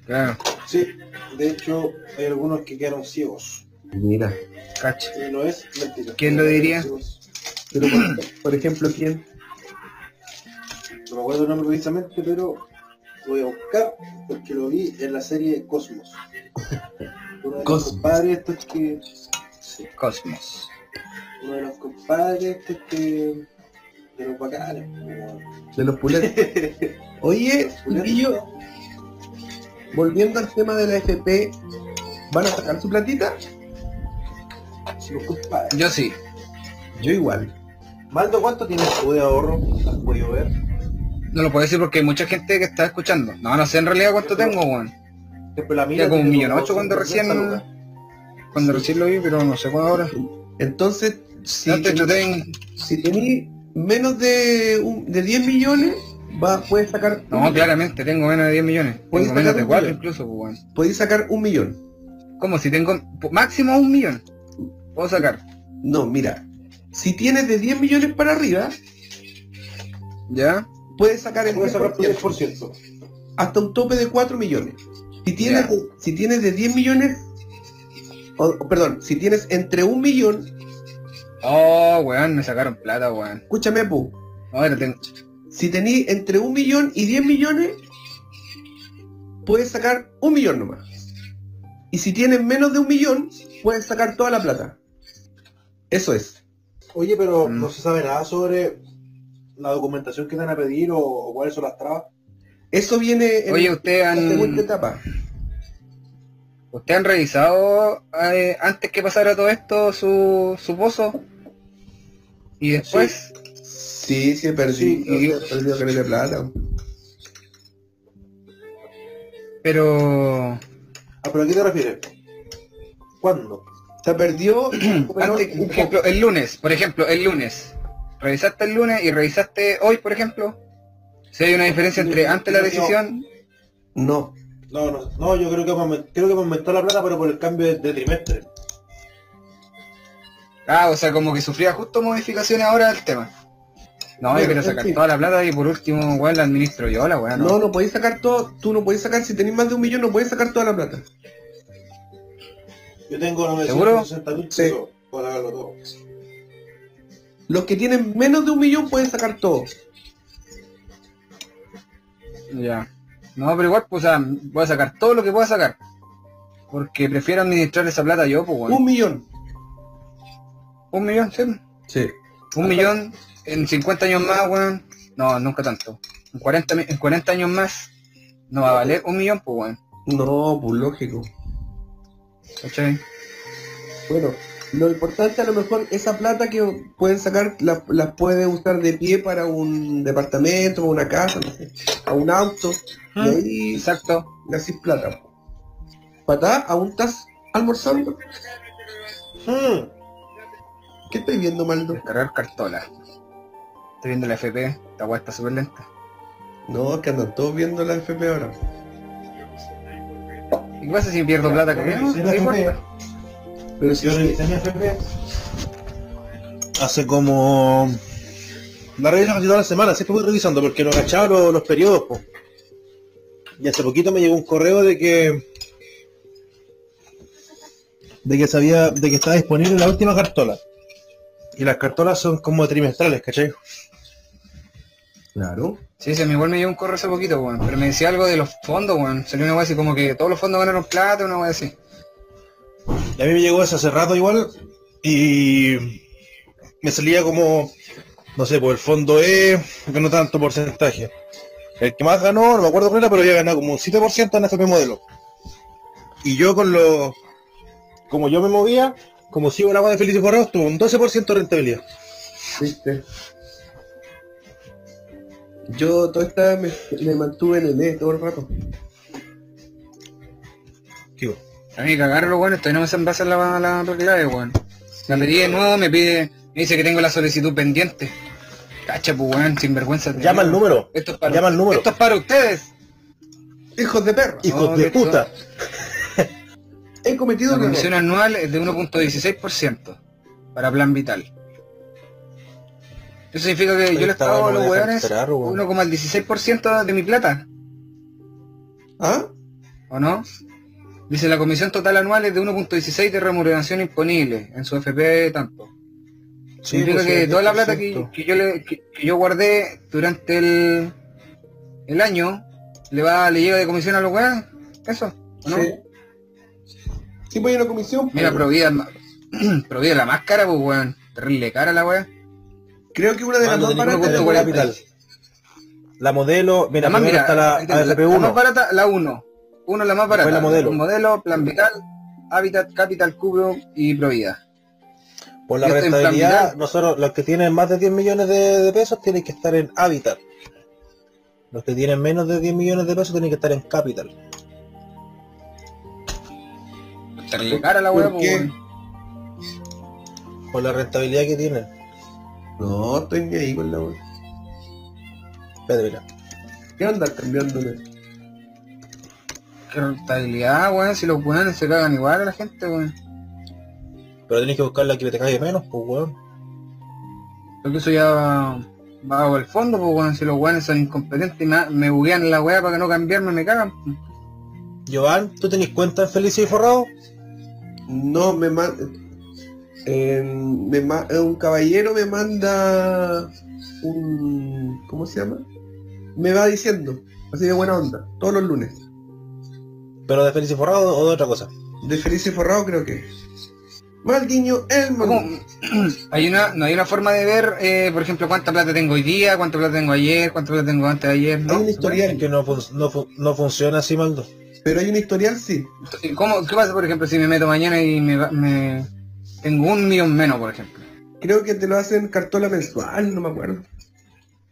Speaker 3: Claro,
Speaker 4: Sí, de hecho hay algunos que quedaron ciegos.
Speaker 1: Mira.
Speaker 3: cacho.
Speaker 4: Y no es mentira. pues,
Speaker 3: ¿Quién lo diría?
Speaker 4: Ciegos.
Speaker 1: Pero por, por ejemplo, ¿quién?
Speaker 4: No me acuerdo el nombre precisamente, pero lo voy a buscar porque lo vi en la serie Cosmos. Uno de los
Speaker 1: Cosmos.
Speaker 4: compadres estos que. sí,
Speaker 3: Cosmos.
Speaker 4: uno de los compadres estos que. De los bacanes. como-
Speaker 1: De los
Speaker 4: <laughs>
Speaker 1: puletos. Oye, chiquillo, volviendo al tema de la FP, ¿van a sacar su platita?
Speaker 4: Los compadres.
Speaker 3: Yo sí.
Speaker 1: Yo igual.
Speaker 4: Maldo, ¿cuánto tienes tú de ahorro? ¿Has podido ver?
Speaker 3: No lo puedo decir porque hay mucha gente que está escuchando. No, no sé en realidad cuánto tengo, weón.
Speaker 4: Después Eh, la mira.
Speaker 3: Era como un
Speaker 4: tiene
Speaker 3: millón
Speaker 4: como
Speaker 3: ocho cuando recién
Speaker 4: 250 lucas.
Speaker 3: cuando recién lo vi, pero no sé cuándo ahora.
Speaker 1: Entonces, si,
Speaker 3: Antes yo ten-
Speaker 1: si tenés menos de, un- de 10 millones, va, puedes sacar
Speaker 3: No, claramente tengo menos de 10 millones.
Speaker 1: Puedes
Speaker 3: Tengo menos
Speaker 1: sacar
Speaker 3: de
Speaker 1: un
Speaker 3: 4
Speaker 1: millón.
Speaker 3: incluso, pues, weón.
Speaker 1: podéis sacar un millón.
Speaker 3: Como si tengo po- máximo un millón. Puedo sacar.
Speaker 1: No, mira. Si tienes de 10 millones para arriba,
Speaker 3: ¿Ya?
Speaker 1: puedes sacar el
Speaker 4: Puedes sacar tu
Speaker 1: 10%.
Speaker 4: 10%.
Speaker 1: hasta un tope de 4 millones. Si tienes,
Speaker 3: Ya.
Speaker 1: de, si tienes de 10 millones, o, o, perdón, si tienes entre un millón,
Speaker 3: Oh, weón, me sacaron plata, weón.
Speaker 1: escúchame, Pu,
Speaker 3: Ahora tengo.
Speaker 1: si tenés entre un millón y 10 millones, puedes sacar un millón nomás. Y si tienes menos de un millón, puedes sacar toda la plata. Eso es.
Speaker 4: Oye, pero
Speaker 3: Mm.
Speaker 4: no se sabe nada sobre la documentación que te van a pedir o, o cuáles son las trabas.
Speaker 1: Eso viene en
Speaker 3: Oye, ustedes
Speaker 1: la segunda
Speaker 3: han,
Speaker 1: etapa.
Speaker 3: ¿ustedes han revisado eh, antes que pasara todo esto su, su pozo? Y después,
Speaker 1: Sí, sí,
Speaker 4: Sí,
Speaker 1: perdí.
Speaker 4: y-
Speaker 1: he perdido que de plata.
Speaker 3: pero...
Speaker 4: Ah, pero ¿a qué te refieres? ¿Cuándo?
Speaker 1: Se
Speaker 4: <clears throat>
Speaker 1: perdió
Speaker 3: Antes,
Speaker 1: antes,
Speaker 3: por ejemplo, el lunes, por ejemplo, el lunes. Revisaste el lunes y revisaste hoy, por ejemplo. Si hay una diferencia entre antes la decisión,
Speaker 1: No,
Speaker 4: No, no, no, yo creo que, aument- creo que me aumentó la plata, pero por el cambio de, de trimestre.
Speaker 3: ah, o sea, como que sufría justo modificaciones ahora del tema. No, yo
Speaker 1: Bueno,
Speaker 3: quiero
Speaker 1: en
Speaker 3: sacar
Speaker 1: fin.
Speaker 3: toda la plata y por último, weón, la administro yo, la weá, no.
Speaker 1: No, no podéis sacar todo, tú no podéis sacar, si tenéis más de un millón no podéis sacar toda la plata.
Speaker 4: Yo tengo
Speaker 3: ¿Seguro?
Speaker 4: 960 mil
Speaker 1: Sí.
Speaker 4: pesos para sacarlo todo.
Speaker 1: Los que tienen menos de un millón pueden sacar todo.
Speaker 3: Ya. No, pero igual, pues, o sea, voy a sacar todo lo que pueda sacar. Porque prefiero administrar esa plata yo, pues, weón.
Speaker 1: Un millón.
Speaker 3: Un millón, sí. Un
Speaker 1: Sí.
Speaker 3: millón en 50 años más, weón. No, nunca tanto. En 40, mi- en 40 años más no va a valer un millón, pues, weón.
Speaker 1: No, pues lógico.
Speaker 3: ¿Cachai?
Speaker 1: Bueno, lo importante a lo mejor esa plata que pueden sacar la- las pueden usar de pie para un departamento, una casa, no sé, a un auto.
Speaker 3: Ah.
Speaker 1: Y ahí
Speaker 3: Exacto.
Speaker 1: le hacís plata. Patá, ¿aún estás almorzando?
Speaker 4: Hmm,
Speaker 1: ¿Qué estoy viendo, Maldo?
Speaker 3: Descargar cartola. Estoy viendo la FP. Esta guay está súper lenta.
Speaker 1: No, es que andan todos viendo la FP ahora.
Speaker 3: ¿Y qué pasa si pierdo plata? ¿Qué? No,
Speaker 4: revisé la
Speaker 3: no
Speaker 4: FP.
Speaker 3: importa.
Speaker 1: Pero si
Speaker 4: Yo revisé mi FP.
Speaker 2: Hace como... La reviso casi toda la semana, siempre voy revisando porque no cachaba lo- los, periodos. po. Y hace poquito me llegó un correo de que... De que sabía, de que estaba disponible la última cartola. Y las cartolas son como trimestrales, ¿cachai?
Speaker 1: Claro.
Speaker 3: Sí, se me igual me dio un correo hace poquito, weón. Pero me decía algo de los fondos, weón. Salió una guay así como que todos los fondos ganaron plata, una guay así.
Speaker 2: Y a mí me llegó eso hace rato igual y me salía como, no sé, por el fondo E, ganó tanto porcentaje. El que más ganó, no me acuerdo cuál era, pero había ganado como un 7% en FP modelo. Y yo con lo, como yo me movía, como sigo el agua de Felicio Correos, tuvo un 12% de rentabilidad.
Speaker 1: ¿Viste? Yo toda esta me, me mantuve en el E todo el rato.
Speaker 2: efectivo.
Speaker 3: A mí cagarlo, bueno, estoy no me hacen pasar la, la, la clave, weón. La pedí de nuevo, me pide, me dice que tengo la solicitud pendiente. Cacha, pues weón, sinvergüenza.
Speaker 2: Llama al número.
Speaker 3: Esto es para,
Speaker 2: Llama al número.
Speaker 3: Esto es para ustedes. Hijos de perro.
Speaker 2: Hijos
Speaker 3: No,
Speaker 2: de
Speaker 3: esto-
Speaker 2: puta.
Speaker 1: He cometido
Speaker 3: La
Speaker 1: un error.
Speaker 3: comisión anual es de 1.16% para plan vital. Eso significa que yo les
Speaker 2: Esta
Speaker 3: pago a
Speaker 2: weá no
Speaker 3: los
Speaker 2: me deja
Speaker 3: weones
Speaker 2: entrar, weón.
Speaker 3: 1,16% de mi plata,
Speaker 2: ¿Ah?
Speaker 3: ¿o no? Dice la comisión total anual es de 1.16 de remuneración imponible en su FP tanto. significa
Speaker 2: pues,
Speaker 3: que
Speaker 2: sí,
Speaker 3: toda la plata que,
Speaker 2: 10%.
Speaker 3: que yo le- que- que yo guardé durante el, el año le va le llega de comisión a los weones. Eso, ¿o ¿no?
Speaker 2: Sí. Sí, pues hay una comisión.
Speaker 3: Mira,
Speaker 2: pero-
Speaker 3: provida, <clears throat> provida la máscara, pues weón. Terrible cara la weá.
Speaker 1: Creo que una de las
Speaker 2: Mando
Speaker 1: más
Speaker 2: de ninguna
Speaker 1: baratas.
Speaker 3: baratas,
Speaker 2: cuenta
Speaker 3: weón.
Speaker 2: capital. La modelo, mira,
Speaker 3: Además,
Speaker 2: primero
Speaker 3: mira,
Speaker 2: está la
Speaker 3: ahí tenés, la, más
Speaker 2: AFP1.
Speaker 3: barata, la 1. 1 la más barata.
Speaker 2: la modelo.
Speaker 3: Plan Vital, Habitat, Capital, Cubro y Provida.
Speaker 2: Por la
Speaker 3: yo estoy en plan
Speaker 2: rentabilidad,
Speaker 3: vital.
Speaker 2: nosotros, los que tienen más de 10 millones de, de pesos tienen que estar en Habitat. Los que tienen menos de 10 millones de pesos tienen que estar en Capital.
Speaker 3: Terrible cara la weá,
Speaker 1: ¿Por qué?
Speaker 3: pues,
Speaker 2: Por la rentabilidad que tienen.
Speaker 1: No, estoy ni ahí con la wea.
Speaker 2: Espérate, mira.
Speaker 1: ¿Qué onda cambiándole?
Speaker 3: Qué rentabilidad, weón. Si los weones se cagan igual a la gente, weón.
Speaker 2: Pero tenés que buscar la que te caiga menos, pues weón.
Speaker 3: Porque eso ya va bajo el fondo, pues weón. Si los weones son incompetentes y me, me buguean la weá para que no cambiarme, me cagan. pues.
Speaker 2: Joan, ¿tú tenés cuenta en Felices y Forrado?
Speaker 1: No, me manda... un caballero me manda un... ¿Cómo se llama? Me va diciendo, así de buena onda, todos los lunes.
Speaker 2: ¿Pero de Felices y Forrado o de otra cosa?
Speaker 1: De Feliz y Forrado creo que. Malguiño Elmo.
Speaker 3: ¿Cómo? Hay una, no hay una forma de ver, eh, por ejemplo, cuánta plata tengo hoy día, cuánta plata tengo ayer, cuánta plata tengo antes de ayer,
Speaker 1: Hay
Speaker 3: ¿no?
Speaker 1: un
Speaker 2: Es
Speaker 1: historial,
Speaker 2: que no, fun- no, fu- no funciona así, Maldo.
Speaker 1: pero hay un historial sí.
Speaker 3: ¿Y ¿Cómo, ¿Qué pasa, por ejemplo, si me meto mañana y me, va- me- tengo un millón menos, por ejemplo?
Speaker 1: Creo que te lo hacen cartola mensual, no me acuerdo.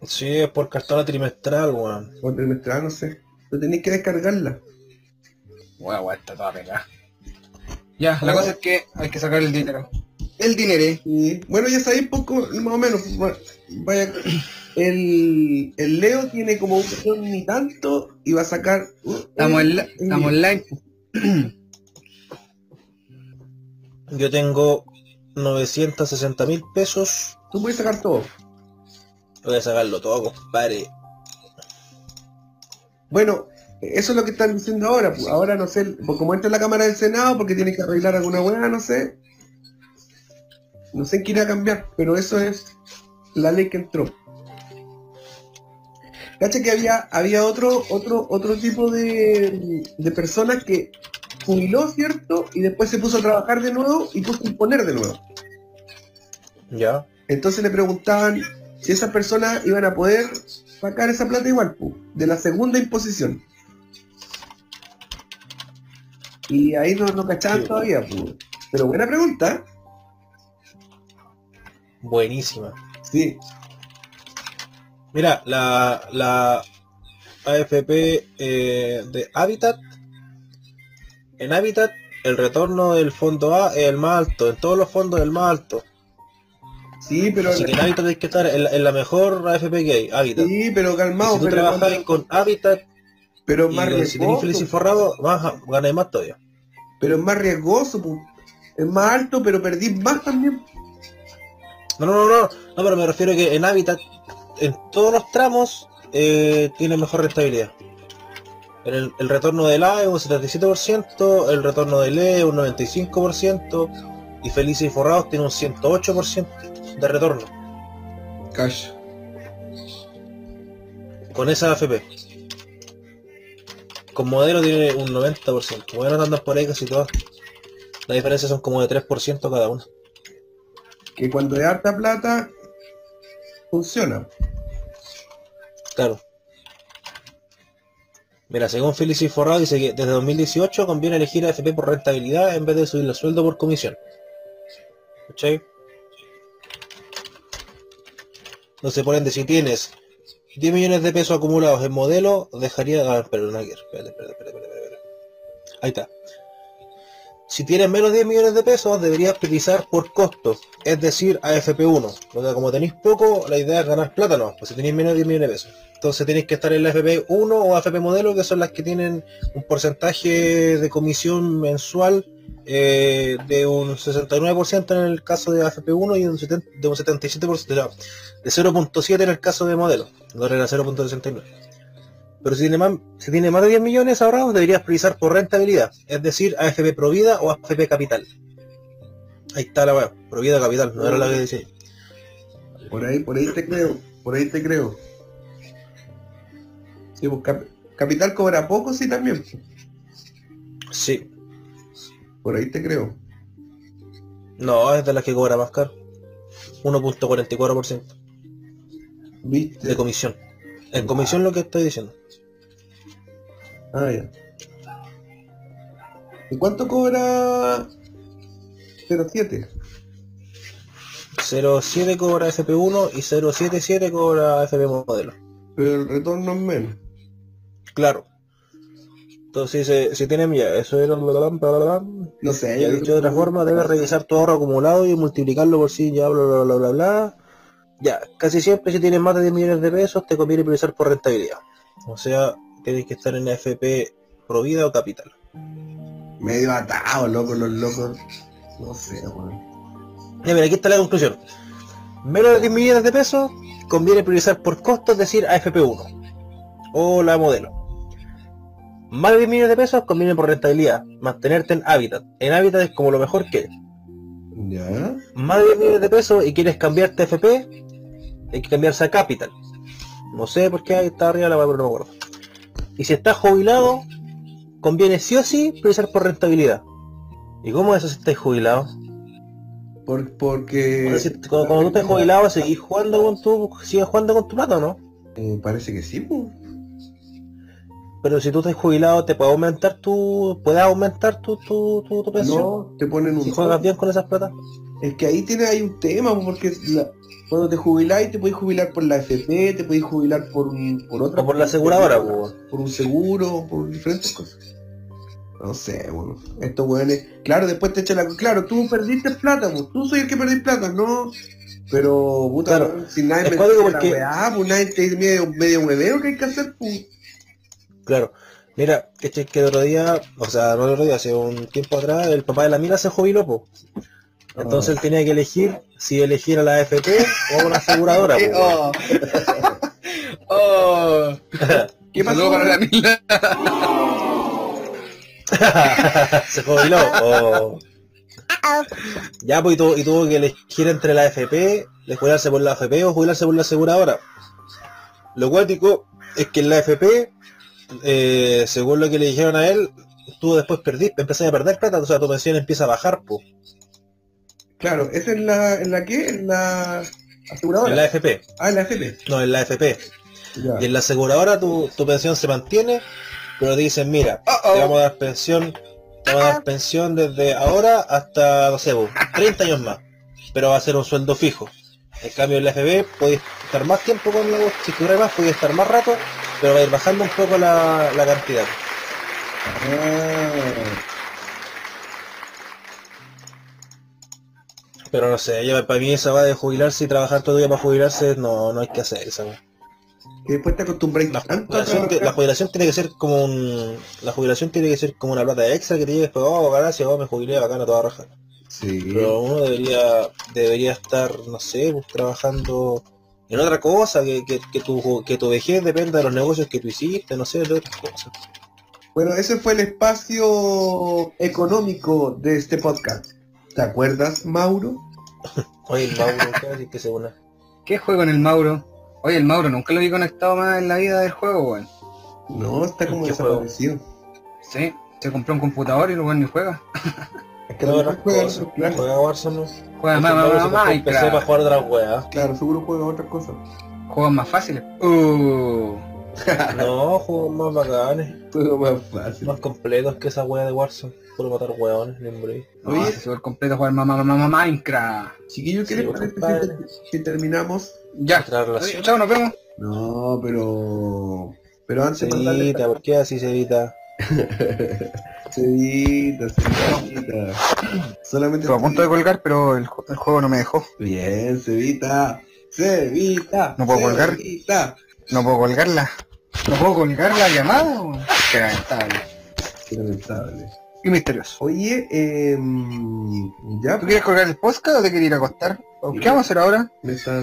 Speaker 2: Sí, es por cartona trimestral, weón.
Speaker 1: O trimestral, no sé. Pero tenés que descargarla.
Speaker 3: Guau, guau, está toda pegada. Ya, la cosa es que hay que sacar el dinero. El dinero.
Speaker 1: Y bueno, ya sabéis poco, más o menos. va- Vaya. El, el Leo tiene como un millón ni tanto y va a sacar. uh,
Speaker 3: Estamos,
Speaker 1: eh,
Speaker 3: en la- estamos online.
Speaker 2: Yo tengo 960 mil pesos.
Speaker 1: Tú puedes sacar todo.
Speaker 2: Voy a sacarlo todo, compadre.
Speaker 1: Bueno, eso es lo que están diciendo ahora. pues. Ahora no sé, pues, como entra la Cámara del Senado, porque tienen que arreglar alguna hueá, no sé. No sé en qué irá a cambiar, pero eso es la ley que entró. Cacha que había, había otro, otro, otro tipo de, de personas que jubiló, ¿cierto? Y después se puso a trabajar de nuevo y puso a imponer de nuevo.
Speaker 2: Ya.
Speaker 1: Entonces le preguntaban si esas personas iban a poder sacar esa plata igual, pu, de la segunda imposición. Y ahí no, no cachaban
Speaker 2: Sí.
Speaker 1: todavía, pu. Pero buena pregunta.
Speaker 2: Buenísima.
Speaker 1: Sí.
Speaker 2: Mira, la, la AFP eh, de Habitat. En Habitat, el retorno del fondo A es el más alto. En todos los fondos es el más alto.
Speaker 1: Sí, pero
Speaker 2: Así que en Habitat hay que estar en la, en la mejor AFP que hay. Habitat. Y
Speaker 1: sí, pero calmado,
Speaker 2: si tú
Speaker 1: pero,
Speaker 2: trabajas con Habitat
Speaker 1: pero es más
Speaker 2: y si tenés feliz y
Speaker 1: riesgoso,
Speaker 2: forrado, vas a ganar más todavía.
Speaker 1: pero es más riesgoso, pu. Es más alto, pero perdí más también.
Speaker 2: No, no, no, no, no, pero me refiero que en hábitat, en todos los tramos, eh, tiene mejor rentabilidad. El, el retorno del A es un 77%, el retorno del E es un 95%, y Felices y Forrados tiene un 108% de retorno
Speaker 1: Cash.
Speaker 2: con esa AFP. Con modelo tiene un 90%, bueno, andan por ahí casi todas. La diferencia son como de 3% cada uno.
Speaker 1: Que cuando hay harta plata, funciona.
Speaker 2: Claro. Mira, según Felicis Forrado dice que desde 2018 conviene elegir AFP por rentabilidad en vez de subir el sueldo por comisión. ¿Cachai? Entonces por ende, si tienes 10 millones de pesos acumulados en modelo, dejaría... Ah, espera, no, espera, espera, espera, espera, espera, espera. Ahí está. Si tienes menos de 10 millones de pesos, deberías priorizar por costos, es decir, AFP1. O sea, como tenéis poco, la idea es ganar plata, ¿no? Pues si tenéis menos de 10 millones de pesos. Entonces tenéis que estar en la AFP1 o AFP modelo, que son las que tienen un porcentaje de comisión mensual eh, de un 69% en el caso de AFP1 y un 70 de un 77%, de, de 0.7 en el caso de modelo, donde era 0.69. Pero si tiene, más, si tiene más de 10 millones ahorrados, deberías priorizar por rentabilidad, es decir, AFP Provida o AFP Capital. Ahí está la weá, Provida Capital, no era la que decía.
Speaker 1: Por ahí, por ahí te creo, por ahí te creo. Sí, pues, Cap- capital cobra poco, sí también.
Speaker 2: Sí,
Speaker 1: Por ahí te creo.
Speaker 2: no, es de las que cobra más caro. 1.44% de
Speaker 1: ¿Viste?
Speaker 2: comisión. En comisión lo que estoy diciendo.
Speaker 1: Ah, ya. ¿Y cuánto cobra 07?
Speaker 2: 0.7 cobra FP1 y 0.77 cobra FP modelo.
Speaker 1: Pero el retorno es menos.
Speaker 2: Claro. Entonces, si, si tienes, ya, eso era... bla, bla, bla, bla, bla.
Speaker 1: No sé,
Speaker 2: Ya
Speaker 1: yo
Speaker 2: dicho de otra forma, debes revisar tu ahorro acumulado y multiplicarlo por sí, ya, bla, bla, bla, bla, bla. Ya, casi siempre si tienes más de 10 millones de pesos, te conviene priorizar por rentabilidad. O sea, tienes que estar en AFP Provida o Capital.
Speaker 1: medio atado, loco, los locos. No sé, weón.
Speaker 2: Ya, mira, aquí está la conclusión. Menos de 10 millones de pesos, conviene priorizar por costos, es decir, AFP1 o la modelo. Más de 10 millones de pesos conviene por rentabilidad, mantenerte en hábitat. En hábitat es como lo mejor que
Speaker 1: ¿Ya?
Speaker 2: más de 10 millones de pesos y quieres cambiarte a FP, hay que cambiarse a Capital. No sé por qué ahí está arriba la palabra, no me acuerdo. Y si estás jubilado, conviene sí o sí priorizar por rentabilidad. ¿Y cómo es eso si estás jubilado?
Speaker 1: Por,
Speaker 2: O
Speaker 1: porque...
Speaker 2: sea, si- cuando, cuando tú estás jubilado, seguís jugando con tu, sigues jugando con tu plata, ¿no?
Speaker 1: Eh, parece que sí, pues.
Speaker 2: Pero si tú estás jubilado, te puede aumentar tu, puede aumentar tu, tu, tu, tu pensión.
Speaker 1: No, te ponen un...
Speaker 2: Si juegas bien con esas plata.
Speaker 1: Es que ahí tiene, hay un tema, po, porque la- cuando te jubiláis te podéis jubilar por la FP, te podéis jubilar por, un- por otra...
Speaker 2: O por la aseguradora,
Speaker 1: por,
Speaker 2: pues.
Speaker 1: un seguro, por diferentes cosas. No sé, bueno. Estos weones... Claro, después te echan la... Claro, tú perdiste plata, po, tú soy el que perdí plata, no... Pero, puta,
Speaker 2: Claro.
Speaker 1: weón, si nadie
Speaker 2: Es
Speaker 1: me
Speaker 2: cuático
Speaker 1: dice la
Speaker 2: porque-
Speaker 1: weá, pues nadie te dice medio, medio hueveo que hay que hacer, pues.
Speaker 2: Claro. Mira, este que el otro día, o sea, no el otro día, hace un tiempo atrás, el papá de la mira se jubiló, po. Entonces
Speaker 1: Ah.
Speaker 2: él tenía que elegir si elegir a la AFP o a una
Speaker 1: <laughs>
Speaker 2: aseguradora, po, weón.
Speaker 3: Oh. <laughs> Oh.
Speaker 1: ¿Qué pasó?
Speaker 3: Saludo para la Mila.
Speaker 2: <laughs> se jubiló. po. Ya, pues, y, tuvo- y tuvo que elegir entre la AFP, de jubilarse por la AFP o jubilarse por la aseguradora. Lo cuático es que en la AFP, eh, según lo que le dijeron a él, tú después perdí, empezaste a perder plata, o sea, tu pensión empieza a bajar, po,
Speaker 1: Claro, ¿esa es la, en la que? En la aseguradora.
Speaker 2: en la AFP.
Speaker 1: Ah, en la FP.
Speaker 2: No, en la AFP.
Speaker 1: Ya.
Speaker 2: Y en la aseguradora tu, tu pensión se mantiene, pero te dicen, mira, te vamos a dar pensión, te vamos a dar pensión desde ahora hasta, no sé, vos, 30 años más, pero va a ser un sueldo fijo. En cambio en la AFP podéis estar más tiempo con la si cobráis más podéis estar más rato, pero va a ir bajando un poco la, la cantidad.
Speaker 1: Ah,
Speaker 2: Pero no sé, ya para mí esa va de jubilarse y trabajar todo el día para jubilarse, no, no hay que hacer esa.
Speaker 1: que después te acostumbráis
Speaker 2: La
Speaker 1: tanto a
Speaker 2: jubilación, que- la
Speaker 1: trabajar.
Speaker 2: jubilación tiene que ser como un, la jubilación tiene que ser como una plata extra que te llegues, pero oh, gracias, oh, me jubilé bacana toda raja.
Speaker 1: Sí.
Speaker 2: Pero uno debería, debería estar, no sé, pues, trabajando en otra cosa, que, que, que tu, que tu vejez dependa de los negocios que tú hiciste, no sé, de otras cosas.
Speaker 1: Bueno, ese fue el espacio económico de este podcast. ¿Te acuerdas, Mauro?
Speaker 2: Oye, el Mauro, casi que se una.
Speaker 3: ¿Qué juego en el Mauro? Oye, el Mauro nunca lo vi conectado más en la vida del juego, weón.
Speaker 1: No, está como
Speaker 2: ¿Qué juego?
Speaker 1: desaparecido.
Speaker 3: Sí, se compró un computador y luego ni juega.
Speaker 1: Es que
Speaker 2: No,
Speaker 1: no
Speaker 2: otras cosas,
Speaker 1: juega,
Speaker 2: juega
Speaker 1: claro,
Speaker 2: Warzone.
Speaker 3: Juega
Speaker 2: El
Speaker 3: más, más,
Speaker 2: Mauro
Speaker 3: más,
Speaker 2: se compró un PC para
Speaker 3: Minecraft.
Speaker 2: jugar otras
Speaker 3: <laughs>
Speaker 2: weas.
Speaker 1: claro, seguro juega otras cosas.
Speaker 3: Juegos más fáciles. Uh,
Speaker 2: No, juegos más bacanes,
Speaker 1: Juego más fácil.
Speaker 2: más completos que esa wea de Warzone. Puro matar weones, hombre.
Speaker 1: Oye.
Speaker 3: Oye, súper completo jugar más, más, más, más Minecraft.
Speaker 1: Chiquillo,
Speaker 2: Sí,
Speaker 1: ¿qué les parece
Speaker 2: compadre.
Speaker 1: si, si terminamos?
Speaker 3: Ya.
Speaker 2: Nuestra
Speaker 3: Oye,
Speaker 2: relación.
Speaker 3: Chao, nos vemos.
Speaker 1: No, pero... Pero
Speaker 2: Se
Speaker 1: antes mandarle...
Speaker 2: edita, ¿por qué así se edita?
Speaker 1: Cedita, cedita. Solamente.
Speaker 3: Estuve a punto de colgar, pero el, ju- el juego no me dejó.
Speaker 1: Bien, cebita. Cebita.
Speaker 3: No puedo colgar.
Speaker 1: Cebita.
Speaker 3: No puedo colgarla. No puedo colgar la llamada. weón. Qué lamentable.
Speaker 1: Qué lamentable.
Speaker 3: Y misterioso.
Speaker 1: Oye, eh, ya
Speaker 3: ¿Tú quieres colgar el podcast o te quieres ir a acostar? ¿O ¿Qué vamos a hacer ahora?
Speaker 1: Me está-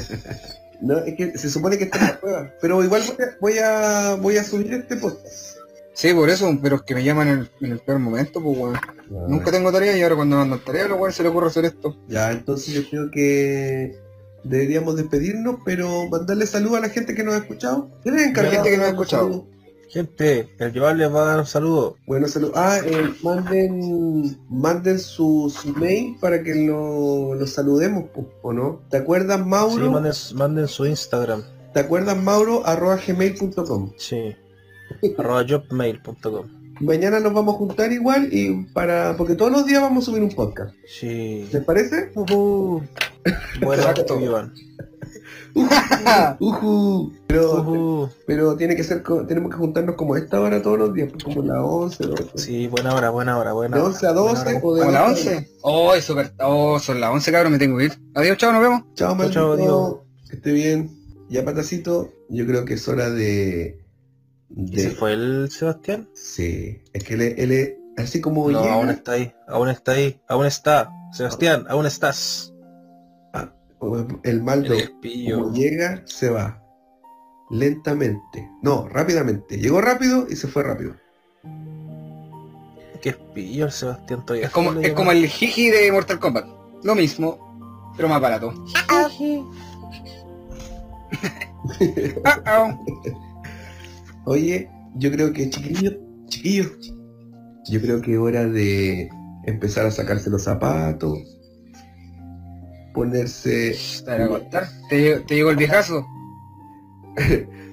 Speaker 1: <laughs> no, es que se supone que está en la cueva. Pero igual voy a, voy a, voy a subir este podcast.
Speaker 3: Sí, por eso, pero es que me llaman en el, en el peor momento, pues weón. Nunca tengo tarea y ahora cuando me mandan tarea, lo cual se le ocurre hacer esto.
Speaker 1: Ya, entonces yo creo que deberíamos despedirnos, pero mandarle salud a la gente que nos ha escuchado. ¿Quién es el encargado
Speaker 3: gente que nos ha
Speaker 1: de darnos
Speaker 3: escuchado.
Speaker 1: saludos?
Speaker 2: Gente, el Joan les va a dar un saludo.
Speaker 1: Bueno, salud. Ah, eh, manden, manden sus mail para que lo- los saludemos, po, ¿o no? ¿Te acuerdas,
Speaker 2: Sí,
Speaker 1: Mauro?
Speaker 2: manden, su- manden su Instagram.
Speaker 1: ¿Te acuerdas, Mauro? Arroba gmail.com. <laughs>
Speaker 2: Sí. arroba jobmail.com.
Speaker 1: Mañana nos vamos a juntar igual y para porque todos los días vamos a subir un podcast.
Speaker 2: Sí.
Speaker 1: ¿Les parece?
Speaker 2: Bueno,
Speaker 3: Exacto.
Speaker 2: Joan.
Speaker 1: Ujú. Pero,
Speaker 2: Ujú.
Speaker 1: pero tiene que ser co- tenemos que juntarnos como a esta hora todos los días, pues, como las 11, 12.
Speaker 2: Sí, ¿eh? buena hora, buena hora, buena
Speaker 1: De
Speaker 2: hora.
Speaker 1: 11 a
Speaker 2: Buena
Speaker 1: 12
Speaker 2: hora.
Speaker 1: o de
Speaker 3: ¿A las
Speaker 1: 11.
Speaker 3: 11? Oh, es súper- oh, son las 11, cabrón, me tengo que ir. Adiós, chao, nos vemos.
Speaker 1: Chao, maldito.
Speaker 2: chao, Diego.
Speaker 1: Que esté bien. Ya, patacito, yo creo que es hora de...
Speaker 2: ¿Y se
Speaker 1: de
Speaker 2: fue el Sebastián?
Speaker 1: sí, es que él, es- él es así como...
Speaker 2: No,
Speaker 1: llega-
Speaker 2: aún está ahí, aún está ahí, aún está. Sebastián, aún estás.
Speaker 1: el maldo
Speaker 2: espillo.
Speaker 1: como llega, se va. Lentamente. No, rápidamente. Llegó rápido y se fue rápido.
Speaker 2: Qué espillo el Sebastián todavía.
Speaker 3: Es como, es como el jiji de Mortal Kombat. Lo mismo, pero
Speaker 1: <laughs>
Speaker 3: más barato. Ah, ah.
Speaker 1: Oye, yo creo que chiquillos, chiquillos, yo creo que es hora de empezar a sacarse los zapatos, ponerse,
Speaker 3: Para aguantar. Te, llegó- te llegó el viejazo.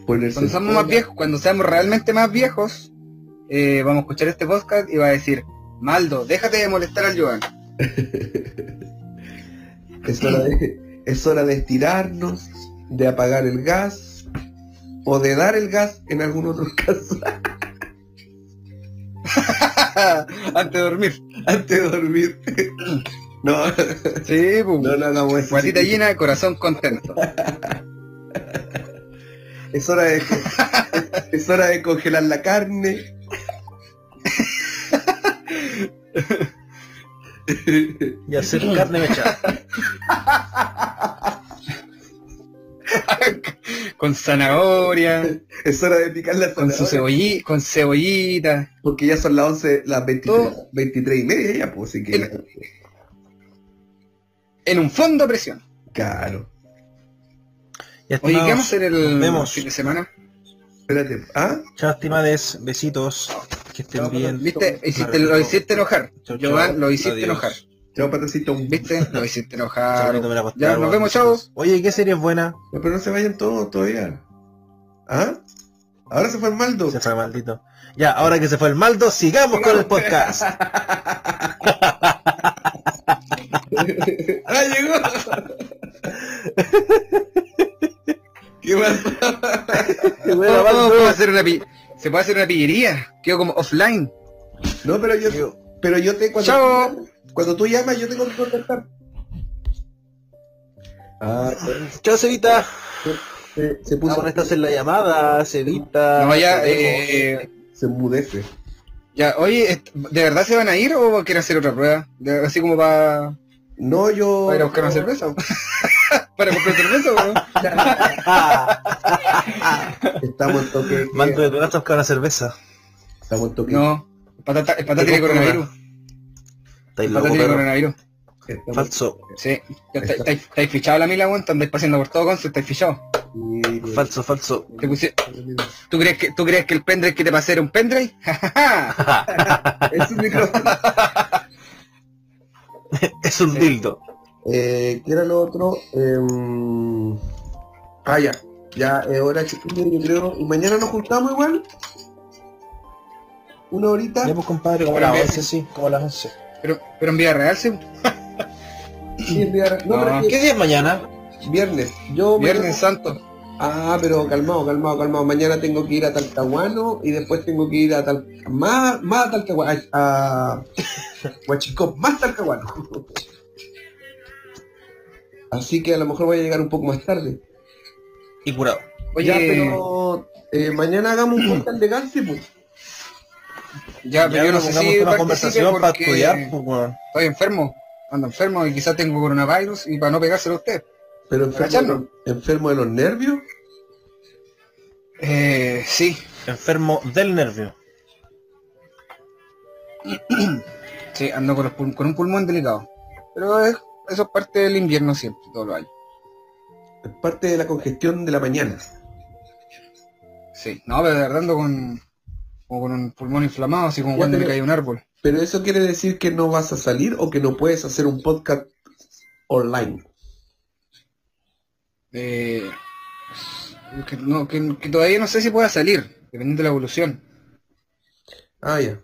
Speaker 1: ponerse.
Speaker 3: Cuando seamos
Speaker 1: pola.
Speaker 3: más viejos, cuando seamos realmente más viejos, eh, vamos a escuchar este podcast y va a decir, Maldo, déjate de molestar al Joan. <laughs>
Speaker 1: Es hora de, es hora de estirarnos, de apagar el gas o de dar el gas en algún otro <laughs> caso
Speaker 3: Antes de dormir.
Speaker 1: antes de dormir. <laughs> No,
Speaker 3: Sí, pues.
Speaker 1: no, no hagamos eso.
Speaker 3: Guatita llena, corazón contento.
Speaker 1: Es hora de,
Speaker 3: <laughs>
Speaker 1: es hora de congelar la carne.
Speaker 2: Y hacer carne mechada.
Speaker 3: con zanahoria,
Speaker 1: Es hora de picar la
Speaker 3: con su
Speaker 1: zanahoria.
Speaker 3: cebollí, con cebollita.
Speaker 1: Porque ya son las 11, las 23,
Speaker 3: Todo.
Speaker 1: 23 y media ya, pues, así que...
Speaker 3: En un fondo a presión.
Speaker 1: Claro.
Speaker 2: Ya
Speaker 3: <laughs> Oye, ¿qué vamos a
Speaker 2: estimados,
Speaker 3: hacer el
Speaker 2: nos vemos.
Speaker 3: fin de semana?
Speaker 1: Espérate. ¿Ah?
Speaker 2: chao estimades, besitos, que estén bien.
Speaker 3: ¿Viste? Hiciste,
Speaker 2: Marco.
Speaker 3: lo hiciste enojar.
Speaker 2: Chao, chao.
Speaker 3: Joan, lo hiciste
Speaker 2: Adiós.
Speaker 3: enojar.
Speaker 1: Chao, patacito.
Speaker 3: ¿Viste? Lo hiciste
Speaker 2: Chao, <laughs>
Speaker 3: enojar.
Speaker 2: lindo, me la
Speaker 3: Ya,
Speaker 2: acostaron.
Speaker 3: nos vemos, chavos.
Speaker 2: Oye, ¿qué serie es buena?
Speaker 1: No, pero no se vayan todos todavía. ¿Ah? Ahora se fue el Maldo.
Speaker 2: Se fue maldito. Ya, ahora que se fue el maldo, sigamos con el podcast.
Speaker 3: <laughs>
Speaker 1: ¡Ah,
Speaker 3: <laughs>
Speaker 1: llegó! ¿Qué pasó?
Speaker 2: <laughs> Bueno,
Speaker 3: Oh,
Speaker 2: Maldo.
Speaker 3: puedo hacer una pi- Se puede hacer una pillería. Quedo como offline.
Speaker 1: No, pero yo... Pero yo te... Cuando,
Speaker 3: Chao.
Speaker 1: Cuando tú llamas, yo tengo que contestar. Ah, se-
Speaker 2: Chao, Cevita.
Speaker 1: se, se puso...
Speaker 2: Ahora estás en la llamada, Cevita.
Speaker 3: No, ya,
Speaker 2: Nos vemos.
Speaker 3: eh,
Speaker 1: Se mudece.
Speaker 3: ya, oye, est- ¿de verdad se van a ir o quieren hacer otra prueba? De- así como para,
Speaker 1: No, yo...
Speaker 3: para ir a buscar una cerveza. para comprar cerveza, weón.
Speaker 2: Ah,
Speaker 1: Estamos
Speaker 2: <laughs>
Speaker 1: en toque.
Speaker 3: eh.
Speaker 1: de
Speaker 2: Mando
Speaker 1: queda.
Speaker 2: de tu gato a buscar una cerveza.
Speaker 1: Estamos en toque. de
Speaker 3: No, el patata, el patata
Speaker 2: Te
Speaker 3: tiene
Speaker 2: compro
Speaker 3: coronavirus.
Speaker 2: Estáis
Speaker 3: El
Speaker 2: loco,
Speaker 3: patata tiene
Speaker 2: perro.
Speaker 3: coronavirus.
Speaker 1: queda. Estamos-
Speaker 2: Falso,
Speaker 3: Sí, ya está- estáis estáis fichado la mila, weón. Andáis pasando por todo concepto, estáis fichado.
Speaker 1: Sí,
Speaker 2: falso, falso.
Speaker 3: Te pusi- ¿Tú, crees que, ¿Tú crees que el pendrive que te pasé era un pendrive? <laughs> ¡Ja, ja, ja!
Speaker 1: Es
Speaker 2: <laughs>
Speaker 1: un micrófono.
Speaker 2: Es un dildo.
Speaker 1: Eh, ¿Qué era lo otro? Em, ah, ya. Ya, eh, ahora chiquillos, yo creo. Y mañana nos juntamos igual. Una horita.
Speaker 2: Ya, pues, compadre, como
Speaker 3: Pero
Speaker 2: las
Speaker 3: bien.
Speaker 2: 11, sí, como las 11.
Speaker 3: Pero, pero en vida real, sí.
Speaker 1: Sí, es día- no,
Speaker 3: No.
Speaker 1: pero es
Speaker 2: ¿Qué día es mañana?
Speaker 1: que- viernes. Yo
Speaker 3: Ah. Viernes
Speaker 1: mañana,
Speaker 3: Santo.
Speaker 1: Ah, pero calmado, calmado, calmado. Mañana tengo que ir a Talcahuano y después tengo que ir a Tal... más, más a Talcahuano, a,
Speaker 3: <laughs>
Speaker 1: a Huachicó, más Talcahuano. Así que a lo mejor voy a llegar un poco más tarde.
Speaker 2: Y curado.
Speaker 3: Oye,
Speaker 1: Ya, pero eh, mañana hagamos un podcast de Gansi, pues.
Speaker 3: ya, pero
Speaker 2: Ya
Speaker 3: yo no
Speaker 2: nos
Speaker 3: sé
Speaker 2: pongamos
Speaker 3: si
Speaker 2: una
Speaker 3: participe
Speaker 2: conversación para
Speaker 3: porque
Speaker 2: estudiar, pues, weón.
Speaker 3: Estoy enfermo, ando enfermo y quizás tengo coronavirus y para no pegárselo a usted.
Speaker 1: Pero enfermo, de los-
Speaker 3: Agacharnos.
Speaker 1: enfermo de los nervios.
Speaker 3: Eh, sí,
Speaker 2: Enfermo del nervio.
Speaker 3: sí, ando con, los pul- con un pulmón delicado. Pero es- eso es parte del invierno siempre, todos los años.
Speaker 1: Es parte de la congestión de la mañana.
Speaker 3: Sí, no, pero de verdad ando con, como con un pulmón inflamado, así como
Speaker 1: Ya,
Speaker 3: cuando me
Speaker 1: pero-
Speaker 3: cae un árbol.
Speaker 1: Pero eso quiere decir que no vas a salir o que no puedes hacer un podcast online.
Speaker 3: Eh, que, no- que- que todavía no sé si pueda salir, dependiendo de la evolución.
Speaker 1: Ah, ya.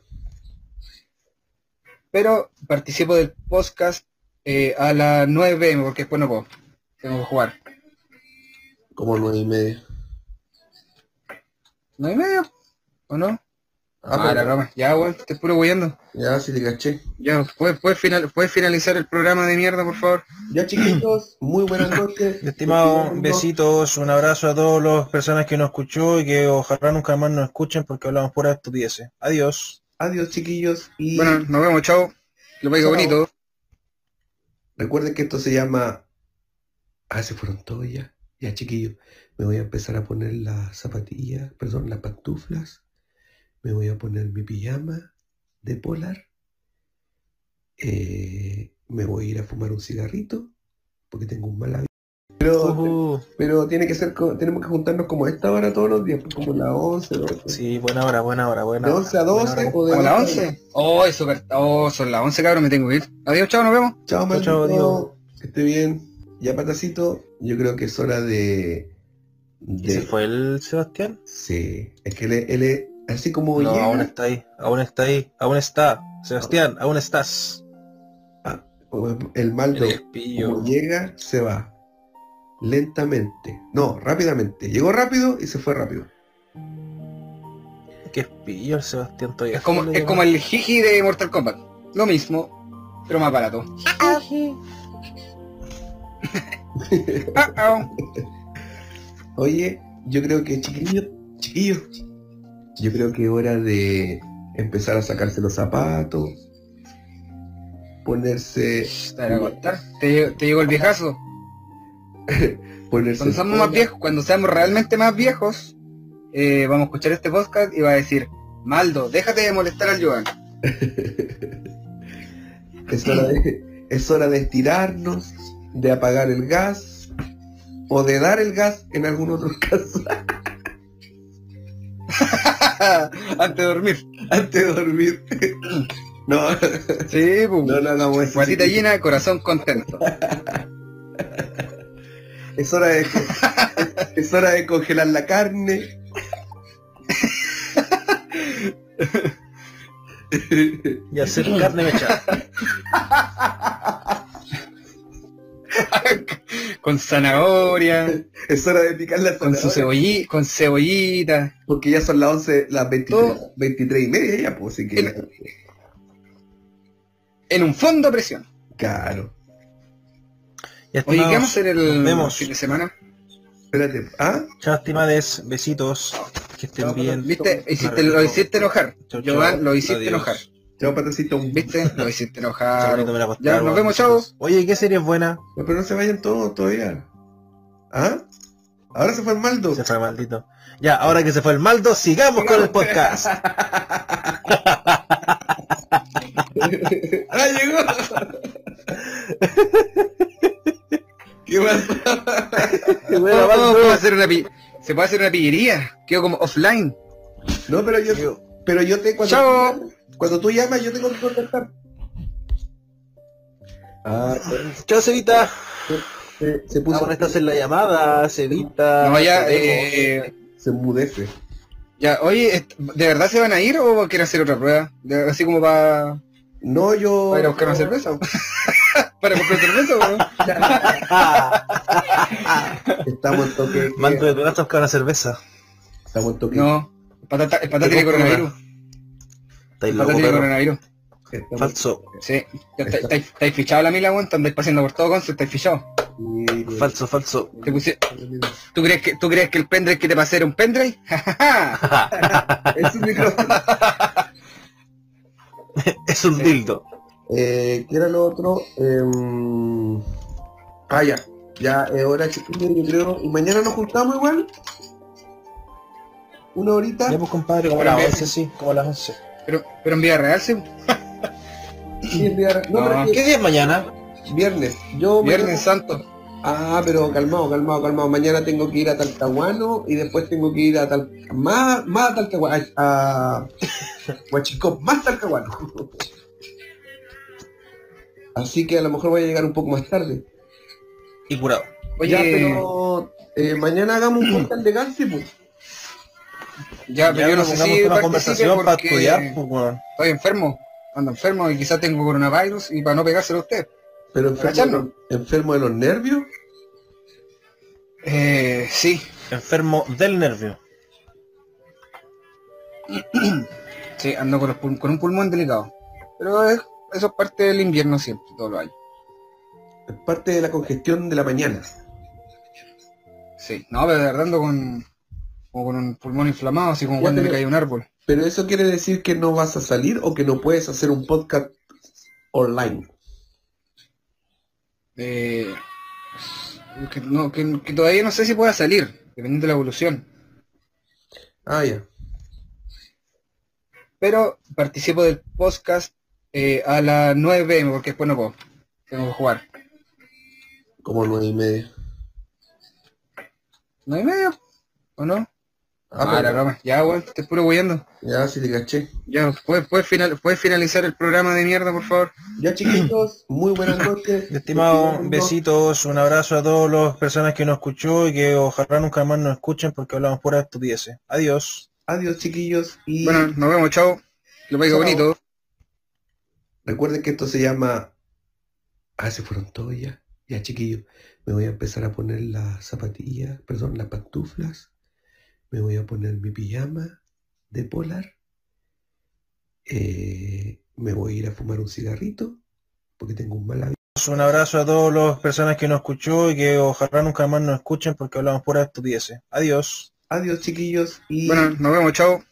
Speaker 3: Pero participo del podcast eh, a las 9 pm porque después no puedo. Tengo que jugar.
Speaker 1: Como nueve y media.
Speaker 3: ¿No y medio? ¿O no?
Speaker 1: Ah,
Speaker 3: Ah, la
Speaker 1: pero-
Speaker 3: broma. Ya, weón, te puro guiando.
Speaker 1: ya, sí te caché.
Speaker 3: Ya, ¿puedes, puedes, final, puedes finalizar el programa de mierda, por favor.
Speaker 1: Ya chiquitos, muy buenas noches.
Speaker 3: este
Speaker 2: Estimado,
Speaker 1: Los quiero,
Speaker 2: besitos, un abrazo a todas las personas que nos escuchó y que ojalá nunca más nos escuchen porque hablamos pura estupideces. Adiós.
Speaker 1: Adiós chiquillos y
Speaker 3: Bueno, nos vemos, chao. Que Lo vaya
Speaker 1: Chao.
Speaker 3: bonito.
Speaker 1: recuerden que esto se llama... Ah, se fueron todos ya. Ya chiquillos, me voy a empezar a poner las zapatillas, perdón, las pantuflas. Me voy a poner mi pijama de polar. Eh, me voy a ir a fumar un cigarrito porque tengo un mal hábito. Pero,
Speaker 2: Uh-huh.
Speaker 1: pero tiene que ser, co- tenemos que juntarnos como a esta hora todos los días, pues, como a las 11, 12.
Speaker 2: Sí, buena hora, buena hora, buena
Speaker 1: De
Speaker 2: hora.
Speaker 1: 11 a
Speaker 2: Buena
Speaker 1: 12
Speaker 2: hora.
Speaker 1: o de
Speaker 3: ¿A las 11? Oh, es súper... Oh, son las 11, cabrón, me tengo que ir. Adiós, chao, nos vemos.
Speaker 1: Chao, maldito.
Speaker 2: chao, Diego.
Speaker 1: Que esté bien. Ya, patacito. Yo creo que es hora de.
Speaker 2: ¿Y se
Speaker 1: de
Speaker 2: fue el Sebastián?
Speaker 1: sí. Es que él, es- él es. Así como
Speaker 2: No,
Speaker 1: llega-
Speaker 2: aún está ahí, aún está ahí, aún está. Sebastián, aún estás.
Speaker 1: el
Speaker 2: El
Speaker 1: maldo.
Speaker 2: espillo.
Speaker 1: Como llega, se va. Lentamente. No, rápidamente. Llegó rápido y se fue rápido.
Speaker 2: Qué espillo el Sebastián todavía.
Speaker 3: Es como, es como el jiji de Mortal Kombat. Lo mismo, pero más barato. <laughs> Ah, ah.
Speaker 1: Oye, yo creo que chiquillo, chiquillo. Yo creo que es hora de empezar a sacarse los zapatos. Ponerse.
Speaker 3: Para aguantar. Te, lle- te llegó el viejazo.
Speaker 1: ponerse
Speaker 3: Cuando seamos más
Speaker 1: pola.
Speaker 3: viejos, cuando seamos realmente más viejos, eh, vamos a escuchar este podcast y va a decir, Maldo, déjate de molestar al Joan. <laughs>
Speaker 1: Es hora, de, es hora de estirarnos, de apagar el gas o de dar el gas en algún otro <laughs> caso
Speaker 3: Antes de dormir.
Speaker 1: antes de dormir. No,
Speaker 3: Sí, pues.
Speaker 1: no, no hagamos eso.
Speaker 3: Guatita
Speaker 1: sí.
Speaker 3: llena, corazón contento.
Speaker 1: Es hora de es hora de congelar la carne.
Speaker 2: Y hacer carne
Speaker 3: <laughs>
Speaker 2: mechada.
Speaker 3: con zanahoria,
Speaker 1: Es hora de picar la
Speaker 3: con su
Speaker 1: zanahoria,
Speaker 3: cebollí, con cebollita.
Speaker 1: porque ya son las 11, las 23,
Speaker 3: Todo.
Speaker 1: 23 y media ya, pues así que
Speaker 3: En un fondo a presión.
Speaker 1: claro.
Speaker 2: Ya
Speaker 3: Oye, ¿qué vamos a
Speaker 2: estimados,
Speaker 3: hacer
Speaker 2: nos
Speaker 3: el
Speaker 2: vemos.
Speaker 3: fin de semana?
Speaker 1: Espérate, ¿ah?
Speaker 2: Chao, estimades, besitos. Que estén bien.
Speaker 3: ¿Viste? Hiciste,
Speaker 2: Claro.
Speaker 3: lo hiciste enojar.
Speaker 2: Chao,
Speaker 3: Joan,
Speaker 2: chao.
Speaker 3: lo hiciste
Speaker 2: Adiós.
Speaker 3: enojar.
Speaker 1: Chao, patacito.
Speaker 3: ¿Viste? Lo hiciste
Speaker 2: Chao, no
Speaker 3: enojar.
Speaker 2: me la costaba,
Speaker 3: Ya, nos
Speaker 2: weón.
Speaker 3: vemos, chao.
Speaker 2: Oye, ¿qué serie es buena?
Speaker 1: No, pero no se vayan todos todavía. ¿Ah? Ahora se fue el
Speaker 3: Uh.
Speaker 1: maldo.
Speaker 2: Se fue maldito. Ya, ahora que se fue el maldo, sigamos con el podcast.
Speaker 3: <laughs>
Speaker 1: ¡Ah,
Speaker 3: <laughs>
Speaker 1: llegó! ¿Qué pasó?
Speaker 3: Oh,
Speaker 2: <laughs>
Speaker 3: ¿puedo hacer una pi- Se puede hacer una pillería. Quedó como offline.
Speaker 1: No, pero yo, pero yo te cuando,
Speaker 3: Chao.
Speaker 1: cuando tú llamas yo tengo que contestar. Ah, se-
Speaker 2: Chao, Cevita.
Speaker 1: se, se
Speaker 3: Ah,
Speaker 1: puso
Speaker 2: Ahora estás en la llamada, Cevita.
Speaker 3: No, ya,
Speaker 2: Te vemos.
Speaker 3: eh,
Speaker 1: se mudece.
Speaker 3: ya, oye, est- ¿de verdad se van a ir o quieren hacer otra prueba? De- así como para...
Speaker 1: No, yo...
Speaker 3: Para ir a buscar una cerveza. weón. Para comprar cerveza, weón.
Speaker 1: Estamos en
Speaker 3: <laughs>
Speaker 1: toque. de queda,
Speaker 2: Mando Ah, de tu gato a buscar una cerveza.
Speaker 1: Estamos en toque. de
Speaker 3: No. el Patata, el patata
Speaker 2: Te
Speaker 3: tiene
Speaker 2: compro
Speaker 3: coronavirus.
Speaker 2: Estáis
Speaker 3: El
Speaker 2: loco,
Speaker 3: patata tiene
Speaker 2: perro.
Speaker 3: coronavirus.
Speaker 1: queda, estamos-
Speaker 2: Falso,
Speaker 3: Sí. Ya está- está- Estáis fichado la mila, weón. Andáis paseando por todo concepto, estáis fichado.
Speaker 1: Sí,
Speaker 2: falso, falso.
Speaker 3: Te pusi- ¿Tú crees que tú crees que el pendrive que te pasé era un pendrive? <laughs> Ja, ja, ja.
Speaker 1: Es un micrófono.
Speaker 2: Es un dildo.
Speaker 1: Eh, ¿Qué era lo otro? Eh, ah, ya. Ya es hora, chiquillos, yo creo. Y mañana nos juntamos igual. Una horita.
Speaker 2: Ya pues compadre, como
Speaker 3: Pero
Speaker 2: las
Speaker 3: bien.
Speaker 2: 11, sí, como las 11.
Speaker 3: Pero, pero en vida real, sí.
Speaker 1: Sí, el día- no,
Speaker 3: No.
Speaker 1: pero es
Speaker 2: Ah, ¿Qué día es mañana?
Speaker 1: que- viernes. Yo mañana-
Speaker 3: Viernes Santo.
Speaker 1: Ah, pero calmado, calmado, calmado. Mañana tengo que ir a Talcahuano y después tengo que ir a tal más, más a Talcahuano, a, a Huachicó, más Talcahuano. <laughs> Así que a lo mejor voy a llegar un poco más tarde.
Speaker 2: Y curado.
Speaker 3: Oye,
Speaker 1: ya, pero eh, mañana hagamos un podcast de Gansi, pues.
Speaker 3: ya, pero yo no sé
Speaker 2: pongamos
Speaker 3: si
Speaker 2: una
Speaker 3: participe
Speaker 2: conversación para
Speaker 3: porque
Speaker 2: estudiar, pues, weón.
Speaker 3: Estoy enfermo. Ando enfermo y quizás tengo coronavirus y para no pegárselo a usted.
Speaker 1: Pero enfermo de, los,
Speaker 3: Agacharlo.
Speaker 1: enfermo de los nervios.
Speaker 3: Eh, sí,
Speaker 2: Enfermo del nervio.
Speaker 3: sí, ando con, los pul- con un pulmón delicado. Pero es- eso es parte del invierno siempre, todos los años.
Speaker 1: Es parte de la congestión de la mañana.
Speaker 3: Sí, no, pero de verdad ando con, como con un pulmón inflamado, así como
Speaker 1: Ya,
Speaker 3: cuando le
Speaker 1: pero-
Speaker 3: cae un árbol.
Speaker 1: Pero eso quiere decir que no vas a salir o que no puedes hacer un podcast online.
Speaker 3: Eh, que, no- que- que todavía no sé si pueda salir, dependiendo de la evolución.
Speaker 1: Ah, ya.
Speaker 3: Pero participo del podcast eh, a las 9 pm, porque después no puedo. Tengo que jugar.
Speaker 1: Como nueve y media.
Speaker 3: ¿No y medio? ¿O no?
Speaker 1: Ah,
Speaker 3: Ah, la
Speaker 1: pero-
Speaker 3: broma. Ya, weón, te puro guiando.
Speaker 1: ya, sí te caché.
Speaker 3: Ya, ¿puedes, puedes, final- puedes finalizar el programa de mierda, por favor.
Speaker 1: Ya chiquitos, <clears throat> muy buenas noches.
Speaker 2: Estimado,
Speaker 1: Despidámonos.
Speaker 2: besitos, un abrazo a todas las personas que nos escuchó y que ojalá nunca más nos escuchen porque hablamos pura estupideces. Adiós.
Speaker 1: Adiós chiquillos y
Speaker 3: Bueno, nos vemos, chao. Lo veo
Speaker 1: Chao.
Speaker 3: bonito.
Speaker 1: recuerden que esto se llama... Ah, se fueron todos ya. Ya chiquillos, me voy a empezar a poner las zapatillas, perdón, las pantuflas. Me voy a poner mi pijama de polar. Eh, me voy a ir a fumar un cigarrito porque tengo un mal hábito.
Speaker 2: Un abrazo a todas las personas que nos escuchó y que ojalá nunca más nos escuchen porque hablamos pura estupideces. Adiós.
Speaker 1: Adiós chiquillos y
Speaker 3: Bueno, nos vemos, chao.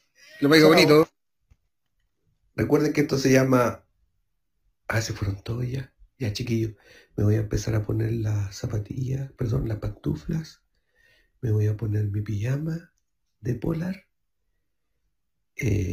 Speaker 3: Lo veo
Speaker 1: Chao.
Speaker 3: bonito.
Speaker 1: recuerden que esto se llama... Ah, se fueron todos ya. Ya chiquillos, me voy a empezar a poner las zapatillas, perdón, las pantuflas. Me voy a poner mi pijama de polar. Eh,